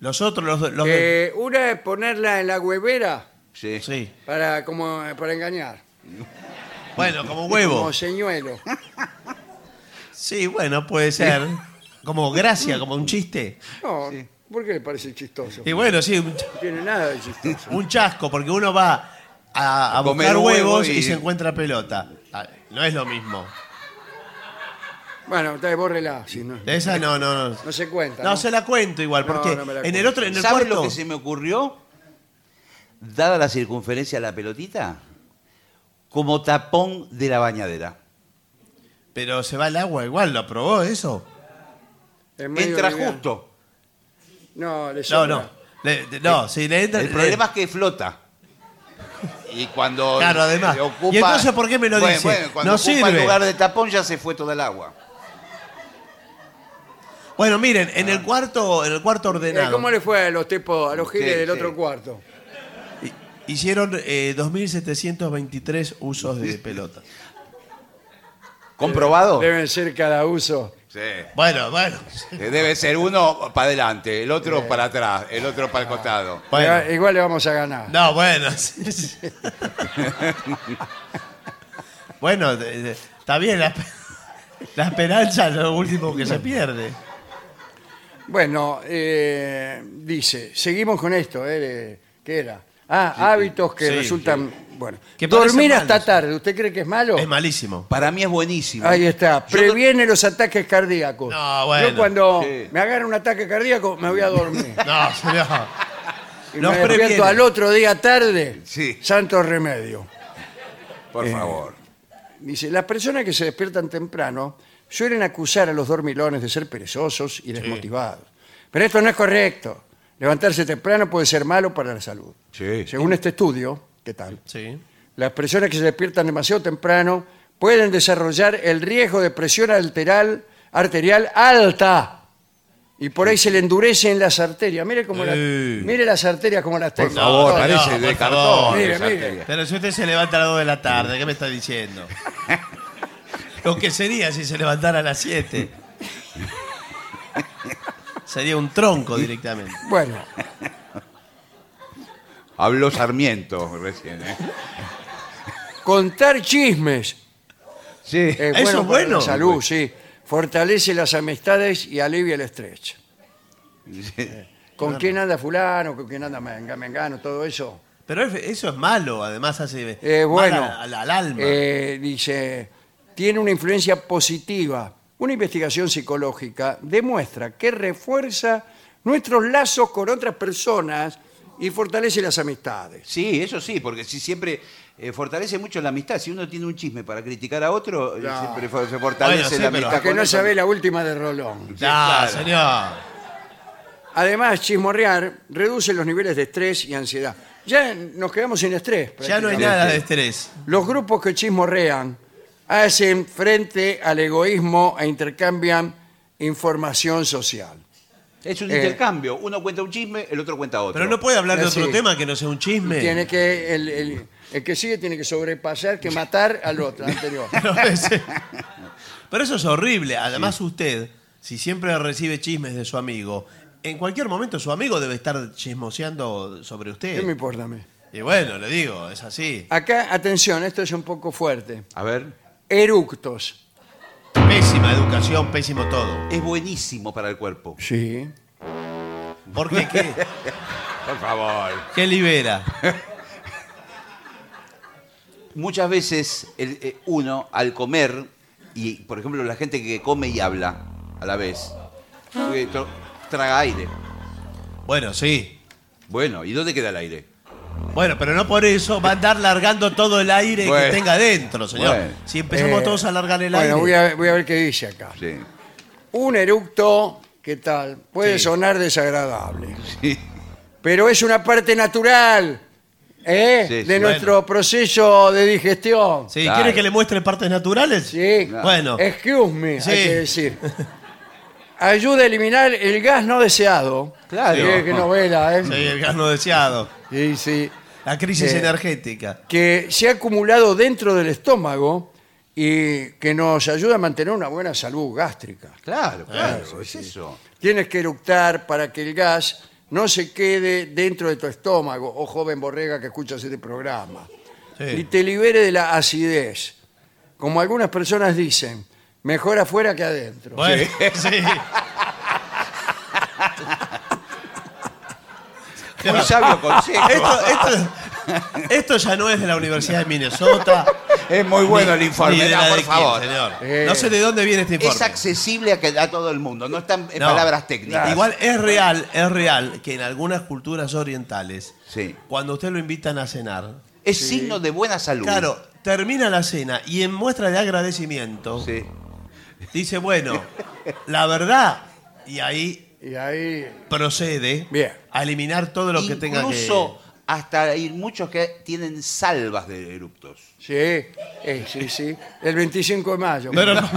S3: Los otros, los, los de-
S2: Eh, una es ponerla en la huevera
S4: Sí.
S3: Sí.
S2: para, como, eh, para engañar.
S3: Bueno, como
S2: Como
S3: huevo.
S2: señuelo.
S3: Sí, bueno, puede ser. Como gracia, como un chiste.
S2: No, ¿por qué le parece chistoso?
S3: Y bueno, sí, un,
S2: No tiene nada de chistoso.
S3: un chasco, porque uno va a, a buscar
S4: Comer huevo
S3: huevos y...
S4: y-
S3: se encuentra pelota. Ah, No es lo mismo.
S2: Bueno, entonces bórrela, si no.
S3: De esa no, no, no.
S2: No se cuenta.
S3: No,
S2: ¿no?
S3: se la cuento igual,
S2: No,
S3: porque
S2: no me la
S3: en el
S2: cuento.
S3: otro, en el
S4: ¿Sabes
S3: cuarto.
S4: lo que se me ocurrió? Dada la circunferencia de la pelotita, como tapón de la bañadera.
S3: Pero se va el agua igual, ¿lo aprobó eso?
S2: Es medio
S4: Entra
S2: liviano.
S4: justo.
S2: No, le
S3: No,
S2: sobra.
S3: no. Le- de- no, si le entra.
S4: El
S3: le-
S4: problema es que flota. Y cuando
S3: Claro, además.
S4: se ocupa-
S3: ¿Y entonces por qué me lo
S4: Bueno,
S3: dice?
S4: bueno, cuando
S3: No
S4: ocupa
S3: sirve.
S4: el lugar de tapón ya se fue todo el agua.
S3: Bueno, miren, en el cuarto, en el cuarto
S2: Eh,
S3: ordenado.
S2: ¿Cómo le fue a los tipos, a los giles
S4: Sí,
S2: del
S4: sí.
S2: otro cuarto?
S3: hi- Hicieron eh, 2.723 usos de pelota. Oh.
S4: ¿Comprobado?
S2: Deben ser cada uso.
S4: Sí.
S3: Bueno, bueno.
S4: Que Debe ser uno para adelante, el otro para atrás, el otro para el costado.
S3: bueno.
S2: Igual- Eh, Igual le vamos a ganar.
S3: No, bueno. bueno, de- de- está bien. La, la esperanza es lo último que se pierde.
S2: Bueno, eh, dice, seguimos con esto, eh, de- ¿qué era? Ah, hábitos que
S3: Sí,
S2: resultan. Bueno,
S3: Que parecen
S2: dormir hasta
S3: malos.
S2: tarde, ¿usted cree que es malo?
S3: Es malísimo.
S4: Para mí es buenísimo.
S2: Ahí está, previene los ataques cardíacos.
S3: No, bueno.
S2: Yo cuando
S4: Sí.
S2: me agarra un ataque cardíaco me voy a dormir.
S3: No, señor.
S2: y
S3: Los
S2: me despierto
S3: previene.
S2: al otro día tarde.
S4: Sí.
S2: Santo remedio.
S4: Por favor.
S2: Dice, las personas que se despiertan temprano suelen acusar a los dormilones de ser perezosos y desmotivados. Pero esto no es correcto. Levantarse temprano puede ser malo para la salud.
S4: Sí.
S2: Según este estudio, ¿qué tal?
S3: Sí.
S2: Las personas que se despiertan demasiado temprano pueden desarrollar el riesgo de presión arterial, arterial alta. Y por ahí se le endurecen las arterias. Mire, cómo las-
S3: Eh.
S2: mire las arterias como las tengo.
S4: Por favor,
S2: No,
S4: parece
S3: no,
S4: de
S3: por
S4: cartón.
S3: favor.
S2: Mire,
S4: esa
S2: mire.
S4: arteria.
S3: Pero si usted se levanta a las 2 de la tarde, ¿qué me está diciendo? Lo que sería si se levantara a las 7. Sería un tronco directamente.
S2: Bueno,
S4: Habló Sarmiento recién. ¿eh?
S2: contar chismes
S4: Sí.
S2: es
S3: Eso
S2: bueno,
S3: es
S2: para
S3: bueno.
S2: la salud, sí. Fortalece las amistades y alivia el estrés. ¿Con quién anda fulano? ¿Con quién anda menga- mengano? Todo eso.
S3: Pero es- eso es malo, además hace
S2: Eh,
S3: mal
S2: bueno,
S3: a- al, al alma.
S2: eh, dice, tiene una influencia positiva. Una investigación psicológica demuestra que refuerza nuestros lazos con otras personas y fortalece las amistades.
S4: Sí, eso sí, porque si siempre eh, fortalece mucho la amistad. Si uno tiene un chisme para criticar a otro, eh,
S2: Claro.
S4: siempre for- se fortalece
S3: Ah, Bueno, sí,
S4: la
S3: pero-
S4: amistad.
S2: La que
S4: con
S2: no
S4: eso.
S2: sabe la última de Rolón.
S3: no,
S4: claro.
S3: señor.
S2: Además, chismorrear reduce los niveles de estrés y ansiedad. Ya nos quedamos sin estrés.
S3: Ya no hay
S2: prácticamente.
S3: nada de estrés.
S2: Los grupos que chismorrean hacen frente al egoísmo e intercambian información social.
S4: Es un
S2: Eh.
S4: intercambio. Uno cuenta un chisme, el otro cuenta otro.
S3: Pero no puede hablar de
S2: Sí.
S3: otro tema que no sea un chisme.
S2: Tiene que el, el- el que sigue tiene que sobrepasar, que matar al otro al anterior.
S3: No, ese- Pero eso es horrible. Además, usted, si siempre recibe chismes de su amigo, en cualquier momento su amigo debe estar chismoseando sobre
S2: ¿Qué me
S3: usted.
S2: importa a mí?
S3: Y bueno, le digo, es así.
S2: Acá, atención, esto es un poco fuerte.
S4: A ver.
S2: Eructos.
S3: Pésima educación, pésimo todo.
S4: Es buenísimo para el cuerpo.
S2: Sí.
S3: Porque qué,
S4: Por favor.
S3: ¿Qué libera.
S4: Muchas veces el- eh, uno al comer, y por ejemplo la gente que come y habla a la vez, eh, tro- traga aire.
S3: Bueno, sí.
S4: Bueno, ¿y dónde queda el aire?
S3: Bueno, pero no por eso va a andar largando todo el aire
S4: Bueno.
S3: que tenga dentro, señor.
S4: Bueno.
S3: Si empezamos
S2: Eh,
S3: todos a largar el
S2: bueno,
S3: aire.
S2: voy a, voy a ver qué dice acá.
S4: Sí.
S2: Un eructo, ¿qué tal? Puede
S3: Sí.
S2: sonar desagradable. Pero es una parte natural ¿eh?
S4: Sí, sí,
S2: de
S4: bueno.
S2: nuestro proceso de digestión.
S3: Sí,
S4: Claro.
S3: ¿quiere que le muestre partes naturales?
S2: Sí.
S3: Bueno,
S2: Excuse me,
S3: Sí.
S2: hay que decir. Ayuda a eliminar el gas no deseado.
S4: Claro.
S2: Sí, qué novela, ¿eh?
S3: sí, el gas no deseado.
S2: Sí, sí.
S3: La crisis
S2: Eh,
S3: energética.
S2: Que se ha acumulado dentro del estómago y que nos ayuda a mantener una buena salud gástrica.
S3: Ah,
S4: Claro, claro, es eso.
S2: Tienes que eructar para que el gas no se quede dentro de tu estómago, oh joven borrega que escuchas este programa,
S3: Sí.
S2: y te libere de la acidez. Como algunas personas dicen, mejor afuera que adentro.
S3: Bueno, sí.
S4: Muy sabio consejo.
S3: Esto, esto- esto ya no es de la Universidad de Minnesota.
S4: es muy bueno el
S3: ni
S4: informe,
S3: de
S4: no,
S3: la
S4: por
S3: de quién,
S4: favor.
S3: señor.
S2: Eh.
S3: No sé de dónde viene este
S4: Es
S3: informe.
S4: accesible a, que- a todo el mundo, no están en
S3: No.
S4: palabras técnicas.
S3: Igual es real, es real que en algunas culturas orientales,
S4: Sí.
S3: cuando a usted lo invitan a cenar,
S4: Es signo de buena salud.
S3: claro, termina la cena y en muestra de agradecimiento
S4: Sí.
S3: dice, bueno, la verdad, y ahí
S2: Y ahí,
S3: procede
S2: Bien.
S3: a eliminar todo lo que tenga que...
S4: Incluso hasta hay muchos que tienen salvas de eructos.
S2: sí, eh, sí, sí, el 25 de mayo.
S3: Pero no-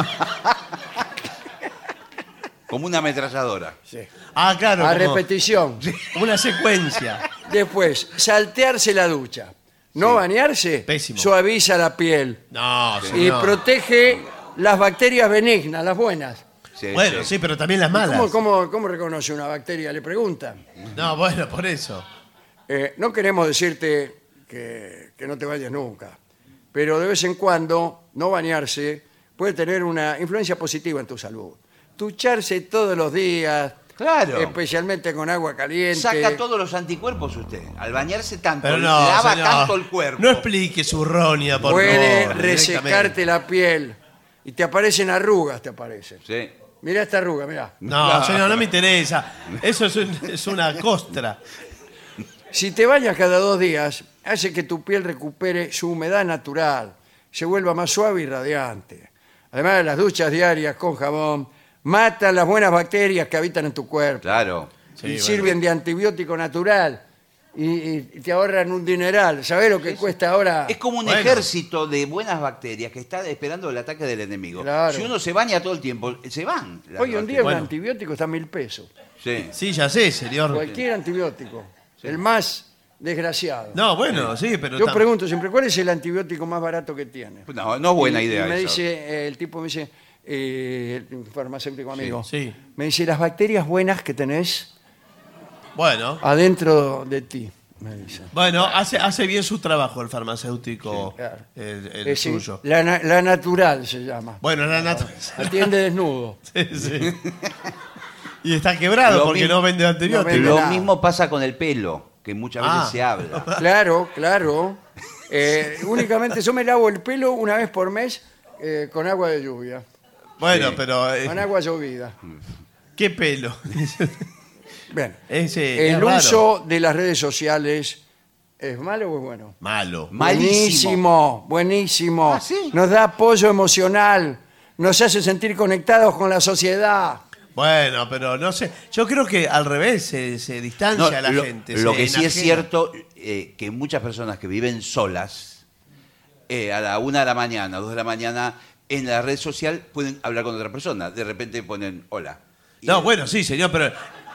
S4: Como una ametralladora.
S2: Sí.
S3: Ah, claro.
S2: A
S3: como-
S2: repetición.
S3: Una secuencia.
S2: Después, saltearse la ducha. No bañarse
S3: Pésimo.
S2: suaviza la piel
S3: No,
S2: y
S3: señor.
S2: protege las bacterias benignas, las buenas.
S4: Sí,
S3: Bueno,
S4: sí.
S3: sí, pero también las malas.
S2: ¿Cómo, cómo, cómo reconoce una bacteria? Le preguntan.
S3: No, bueno, por eso.
S2: Eh, no queremos decirte que, que no te vayas nunca, pero de vez en cuando no bañarse puede tener una influencia positiva en tu salud. Tucharse todos los días,
S4: Claro.
S2: especialmente con agua caliente.
S4: Saca todos los anticuerpos usted. Al bañarse tanto,
S3: Pero no,
S4: lava
S3: señor.
S4: tanto el cuerpo.
S3: No explique su ronia, por
S2: puede
S3: favor.
S2: resecarte
S3: directamente.
S2: la piel y te aparecen arrugas, te aparecen.
S4: Sí.
S2: Mirá esta arruga, mirá.
S3: No, señor, no me interesa. Eso es, un- es una costra.
S2: Si te bañas cada dos días, hace que tu piel recupere su humedad natural, se vuelva más suave y radiante. Además, las duchas diarias con jabón matan las buenas bacterias que habitan en tu cuerpo.
S4: Claro.
S2: y
S3: bueno.
S2: sirven de antibiótico natural y, y- y te ahorran un dineral. ¿Sabés lo que cuesta ahora?
S4: Es como un
S3: Ah, Bueno.
S4: ejército de buenas bacterias que está esperando el ataque del enemigo.
S2: Claro.
S4: Si uno se baña todo el tiempo, se van. las
S2: Hoy en día
S3: Bueno.
S2: un antibiótico está a mil pesos.
S4: bacterias. Sí.
S3: Sí, ya sé, señor.
S2: Cualquier antibiótico. El más desgraciado.
S3: No, bueno, sí, pero.
S2: Yo
S3: tam-
S2: pregunto siempre, ¿cuál es el antibiótico más barato que tiene?
S4: No, no es buena
S2: Y- y
S4: idea
S2: me
S4: eso.
S2: dice, eh, el tipo me dice, eh, el farmacéutico amigo,
S3: sí.
S2: me dice, las bacterias buenas que tenés
S3: Bueno,
S2: adentro de ti, me dice.
S3: bueno, hace, hace bien su trabajo el farmacéutico,
S2: claro.
S3: el, el
S2: Es decir,
S3: suyo.
S2: la, na- la natural se llama.
S3: Bueno, la naturaleza.
S2: Atiende desnudo.
S3: Sí, sí. Y está quebrado
S4: Lo
S3: porque
S4: mismo-
S3: no vende
S2: no vende
S3: antibióticos.
S4: Lo
S2: nada.
S4: mismo pasa con el pelo, que muchas
S3: Ah.
S4: veces se habla.
S2: Claro, claro. Eh, únicamente yo me lavo el pelo una vez por mes eh, con agua de lluvia,
S3: Bueno,
S4: Sí.
S3: pero. eh,
S2: con agua llovida.
S3: ¿Qué pelo?
S2: Bien.
S3: Ese, Eh, es
S2: El
S3: raro.
S2: uso de las redes sociales es malo o es bueno.
S3: Malo.
S4: Malísimo.
S2: Buenísimo, buenísimo.
S4: Ah, ¿sí?
S2: Nos da apoyo emocional, nos hace sentir conectados con la sociedad.
S3: Bueno, pero no sé. Yo creo que al revés se, se distancia
S4: No,
S3: a la
S4: lo,
S3: gente.
S4: lo
S3: se
S4: que sí es
S3: enajena.
S4: cierto eh, que muchas personas que viven solas eh, a la una de la mañana, dos de la mañana en la red social pueden hablar con otra persona. De repente ponen hola. Y-
S3: No, bueno, sí, señor, pero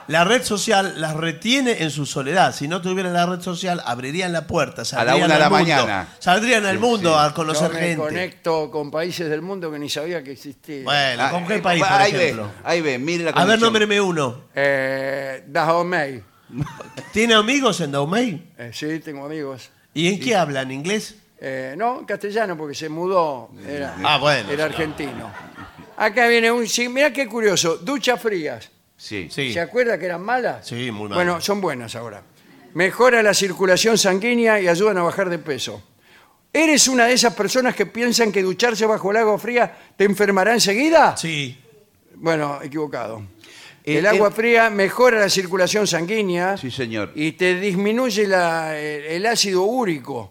S3: la red social las retiene en su soledad. Si no tuvieran la red social, abrirían la puerta. Saldrían
S4: una de
S3: al
S4: la
S3: mundo.
S4: mañana.
S3: Saldrían al
S4: Sí,
S3: mundo
S4: sí.
S3: a
S2: Yo
S3: conocer
S2: me
S3: gente.
S2: conecto con países del mundo que ni sabía que existían.
S3: Bueno, ¿con
S4: Ah,
S3: qué
S4: eh,
S3: país, por
S4: ahí
S3: ejemplo?
S4: Ve, ahí ve, mire la
S3: A ver,
S4: conexión.
S3: nómbreme uno.
S2: Eh, Dahomey.
S3: ¿Tiene amigos en Daumey?
S2: Eh, sí, tengo amigos.
S3: ¿Y en qué hablan? ¿Inglés?
S2: Eh, no, en castellano, porque se mudó. Era,
S3: Ah, bueno,
S2: era
S3: claro.
S2: argentino. Acá viene un... sí, Mirá qué curioso. Duchas frías.
S4: Sí.
S3: Sí.
S2: ¿Se acuerda que eran malas?
S3: Sí, muy malas.
S2: Bueno, son buenas ahora. Mejora la circulación sanguínea y ayudan a bajar de peso. ¿Eres una de esas personas que piensan que ducharse bajo el agua fría te enfermará enseguida?
S3: Sí.
S2: Bueno, equivocado.
S4: Eh,
S2: el agua
S4: eh,
S2: fría mejora la circulación sanguínea
S4: Sí, señor.
S2: y te disminuye la- el, el ácido úrico.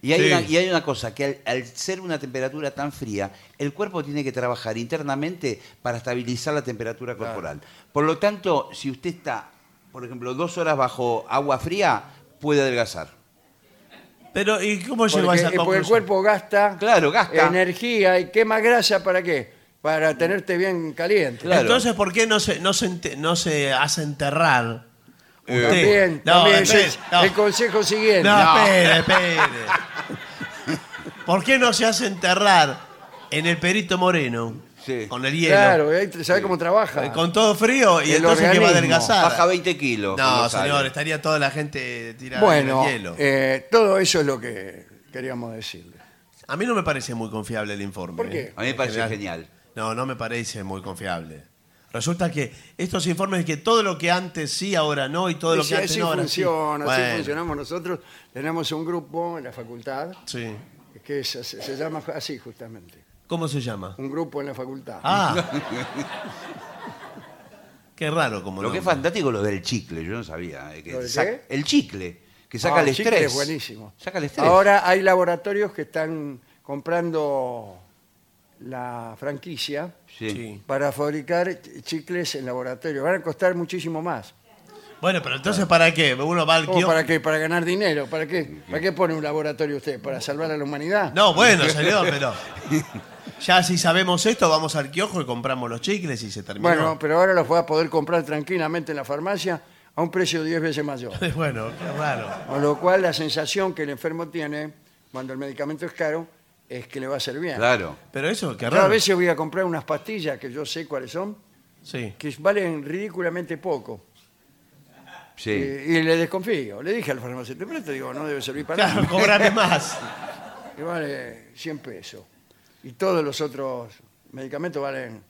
S4: Y hay,
S3: Sí.
S4: una, y hay una cosa, que al, al ser una temperatura tan fría, el cuerpo tiene que trabajar internamente para estabilizar la temperatura corporal. Por lo tanto, si usted está, por ejemplo, dos horas bajo agua fría, puede adelgazar.
S3: Pero, ¿y cómo llegó a
S2: Porque,
S3: esa
S2: eh, porque el
S3: conclusión?
S2: cuerpo gasta,
S4: Claro, gasta.
S2: energía y quema grasa para qué? Para tenerte bien caliente.
S4: Claro.
S3: Entonces, ¿por qué no se, no se, ente- no se hace enterrar? Usted-
S2: Eh, También,
S3: no,
S2: también,
S3: espere,
S2: sí.
S3: no.
S2: El consejo siguiente.
S3: No, espere, espere. ¿Por qué no se hace enterrar en el Perito Moreno?
S4: Sí.
S3: Con el hielo.
S2: Claro, ahí sabe cómo
S3: Eh,
S2: trabaja.
S3: Con todo frío y
S2: El
S3: entonces que va a
S2: organismo.
S3: adelgazar.
S4: Baja 20 kilos. con
S3: No,
S4: los
S3: señor, este
S4: años.
S3: estaría toda la gente tirada
S2: Bueno,
S3: en el hielo.
S2: eh, todo eso es lo que queríamos decirle.
S3: a mí no me parece muy confiable el informe.
S2: ¿Por qué?
S3: eh.
S4: A mí me pareció
S3: General.
S4: genial.
S3: No, no me parece muy confiable. Resulta que estos informes que todo lo que antes sí, ahora no, y todo lo
S2: Dice,
S3: que antes
S2: así
S3: no, ahora sí.
S2: funciona, así
S3: Bueno,
S2: funcionamos nosotros. Tenemos un grupo en la facultad
S3: Sí.
S2: que es- se, se llama así justamente.
S3: ¿Cómo se llama?
S2: Un grupo en la facultad.
S3: Ah. Qué raro como
S4: Lo que es
S3: nombre.
S4: fantástico es lo del chicle, yo no sabía. eh, que
S2: ¿Lo de
S4: sa-
S2: qué?
S4: El chicle, que saca
S2: Ah,
S4: el
S2: sí, que
S4: estrés.
S2: Es buenísimo.
S4: Saca el estrés.
S2: Ahora hay laboratorios que están comprando la franquicia
S4: Sí.
S3: Sí.
S2: para fabricar ch- chicles en laboratorio. Van a costar muchísimo más.
S3: Bueno, pero entonces ¿para qué? Uno va al
S2: ¿Cómo,
S3: kiosco.
S2: ¿Para qué? ¿Para ganar dinero? ¿Para qué? ¿Para qué pone un laboratorio usted? ¿Para salvar a la humanidad?
S3: No, bueno, señor, pero ya si sabemos esto, vamos al kiosco y compramos los chicles y se terminó.
S2: Bueno, pero ahora los va a poder comprar tranquilamente en la farmacia a un precio 10 veces mayor.
S3: bueno, qué raro.
S2: Con lo cual la sensación que el enfermo tiene cuando el medicamento es caro es que le va a ser bien.
S4: Claro.
S3: Pero eso, qué
S2: Yo a
S3: raro.
S2: veces voy a comprar unas pastillas que yo sé cuáles son,
S3: Sí.
S2: que valen ridículamente poco. Eh,
S4: Sí.
S2: Y, y le desconfío. Le dije al farmacéutico, pero te digo, no debe servir para
S3: Claro,
S2: nada.
S3: cobrarme más.
S2: Y vale 100 pesos. Y todos los otros medicamentos valen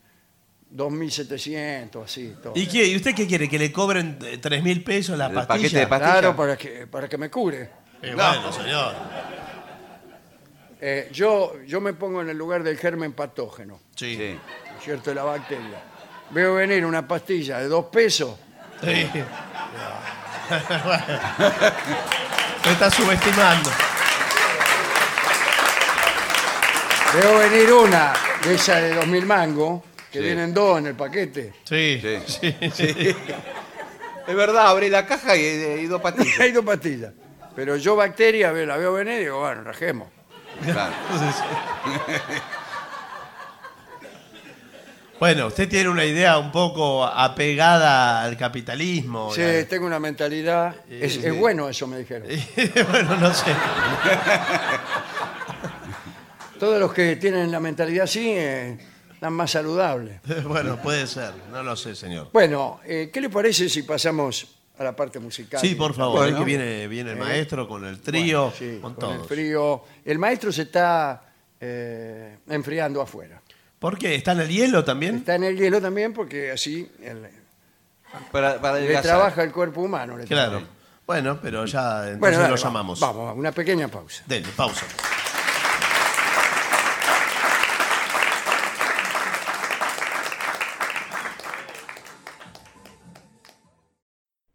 S2: 2.700, así. Todo.
S3: ¿Y, qué? ¿Y usted qué quiere? ¿Que le cobren eh, tres mil pesos la
S4: El
S3: pastilla?
S4: paquete de pastillas.
S2: Claro, para que, para que me cure.
S3: Eh,
S4: No.
S3: Bueno, señor.
S2: Eh, yo, yo me pongo en el lugar del germen patógeno,
S3: Sí.
S4: Sí.
S2: ¿no es ¿cierto? De la bacteria. Veo venir una pastilla de dos pesos.
S3: Sí. Bueno. Me está subestimando.
S2: Veo venir una de esas de 2.000 mangos, que
S4: Sí.
S2: vienen dos en el paquete.
S3: Sí.
S4: Sí.
S3: sí.
S4: Es verdad, abrí la caja y, eh, y dos patillas.
S2: Hay dos pastillas. Pero yo bacteria, ve- la veo venir y digo, bueno, rajemos.
S4: Claro.
S3: Bueno, usted tiene una idea un poco apegada al capitalismo.
S2: Sí,
S3: y
S2: tengo una mentalidad. Es, es bueno eso, me dijeron.
S3: al- bueno, no sé.
S2: Todos los que tienen la mentalidad así eh, están más saludables.
S3: Bueno, puede ser. No lo sé, señor.
S2: Bueno, eh, ¿qué le parece si pasamos a la parte musical?
S3: Sí, por favor.
S4: Bueno.
S3: es que viene, viene el maestro con el trío,
S2: Bueno, sí,
S3: con
S2: con el
S3: todos.
S2: frío. El maestro se está eh, enfriando afuera.
S3: ¿Por qué? ¿Está en el hielo también?
S2: Está en el hielo también porque así el-
S4: Para, para
S2: le
S4: adelgazar.
S2: trabaja el cuerpo humano. le
S3: Claro.
S2: trabaja.
S3: Bueno, pero ya entonces
S2: Bueno, dale,
S3: lo
S2: va-
S3: llamamos.
S2: Vamos, una pequeña pausa.
S3: Dele, pausa.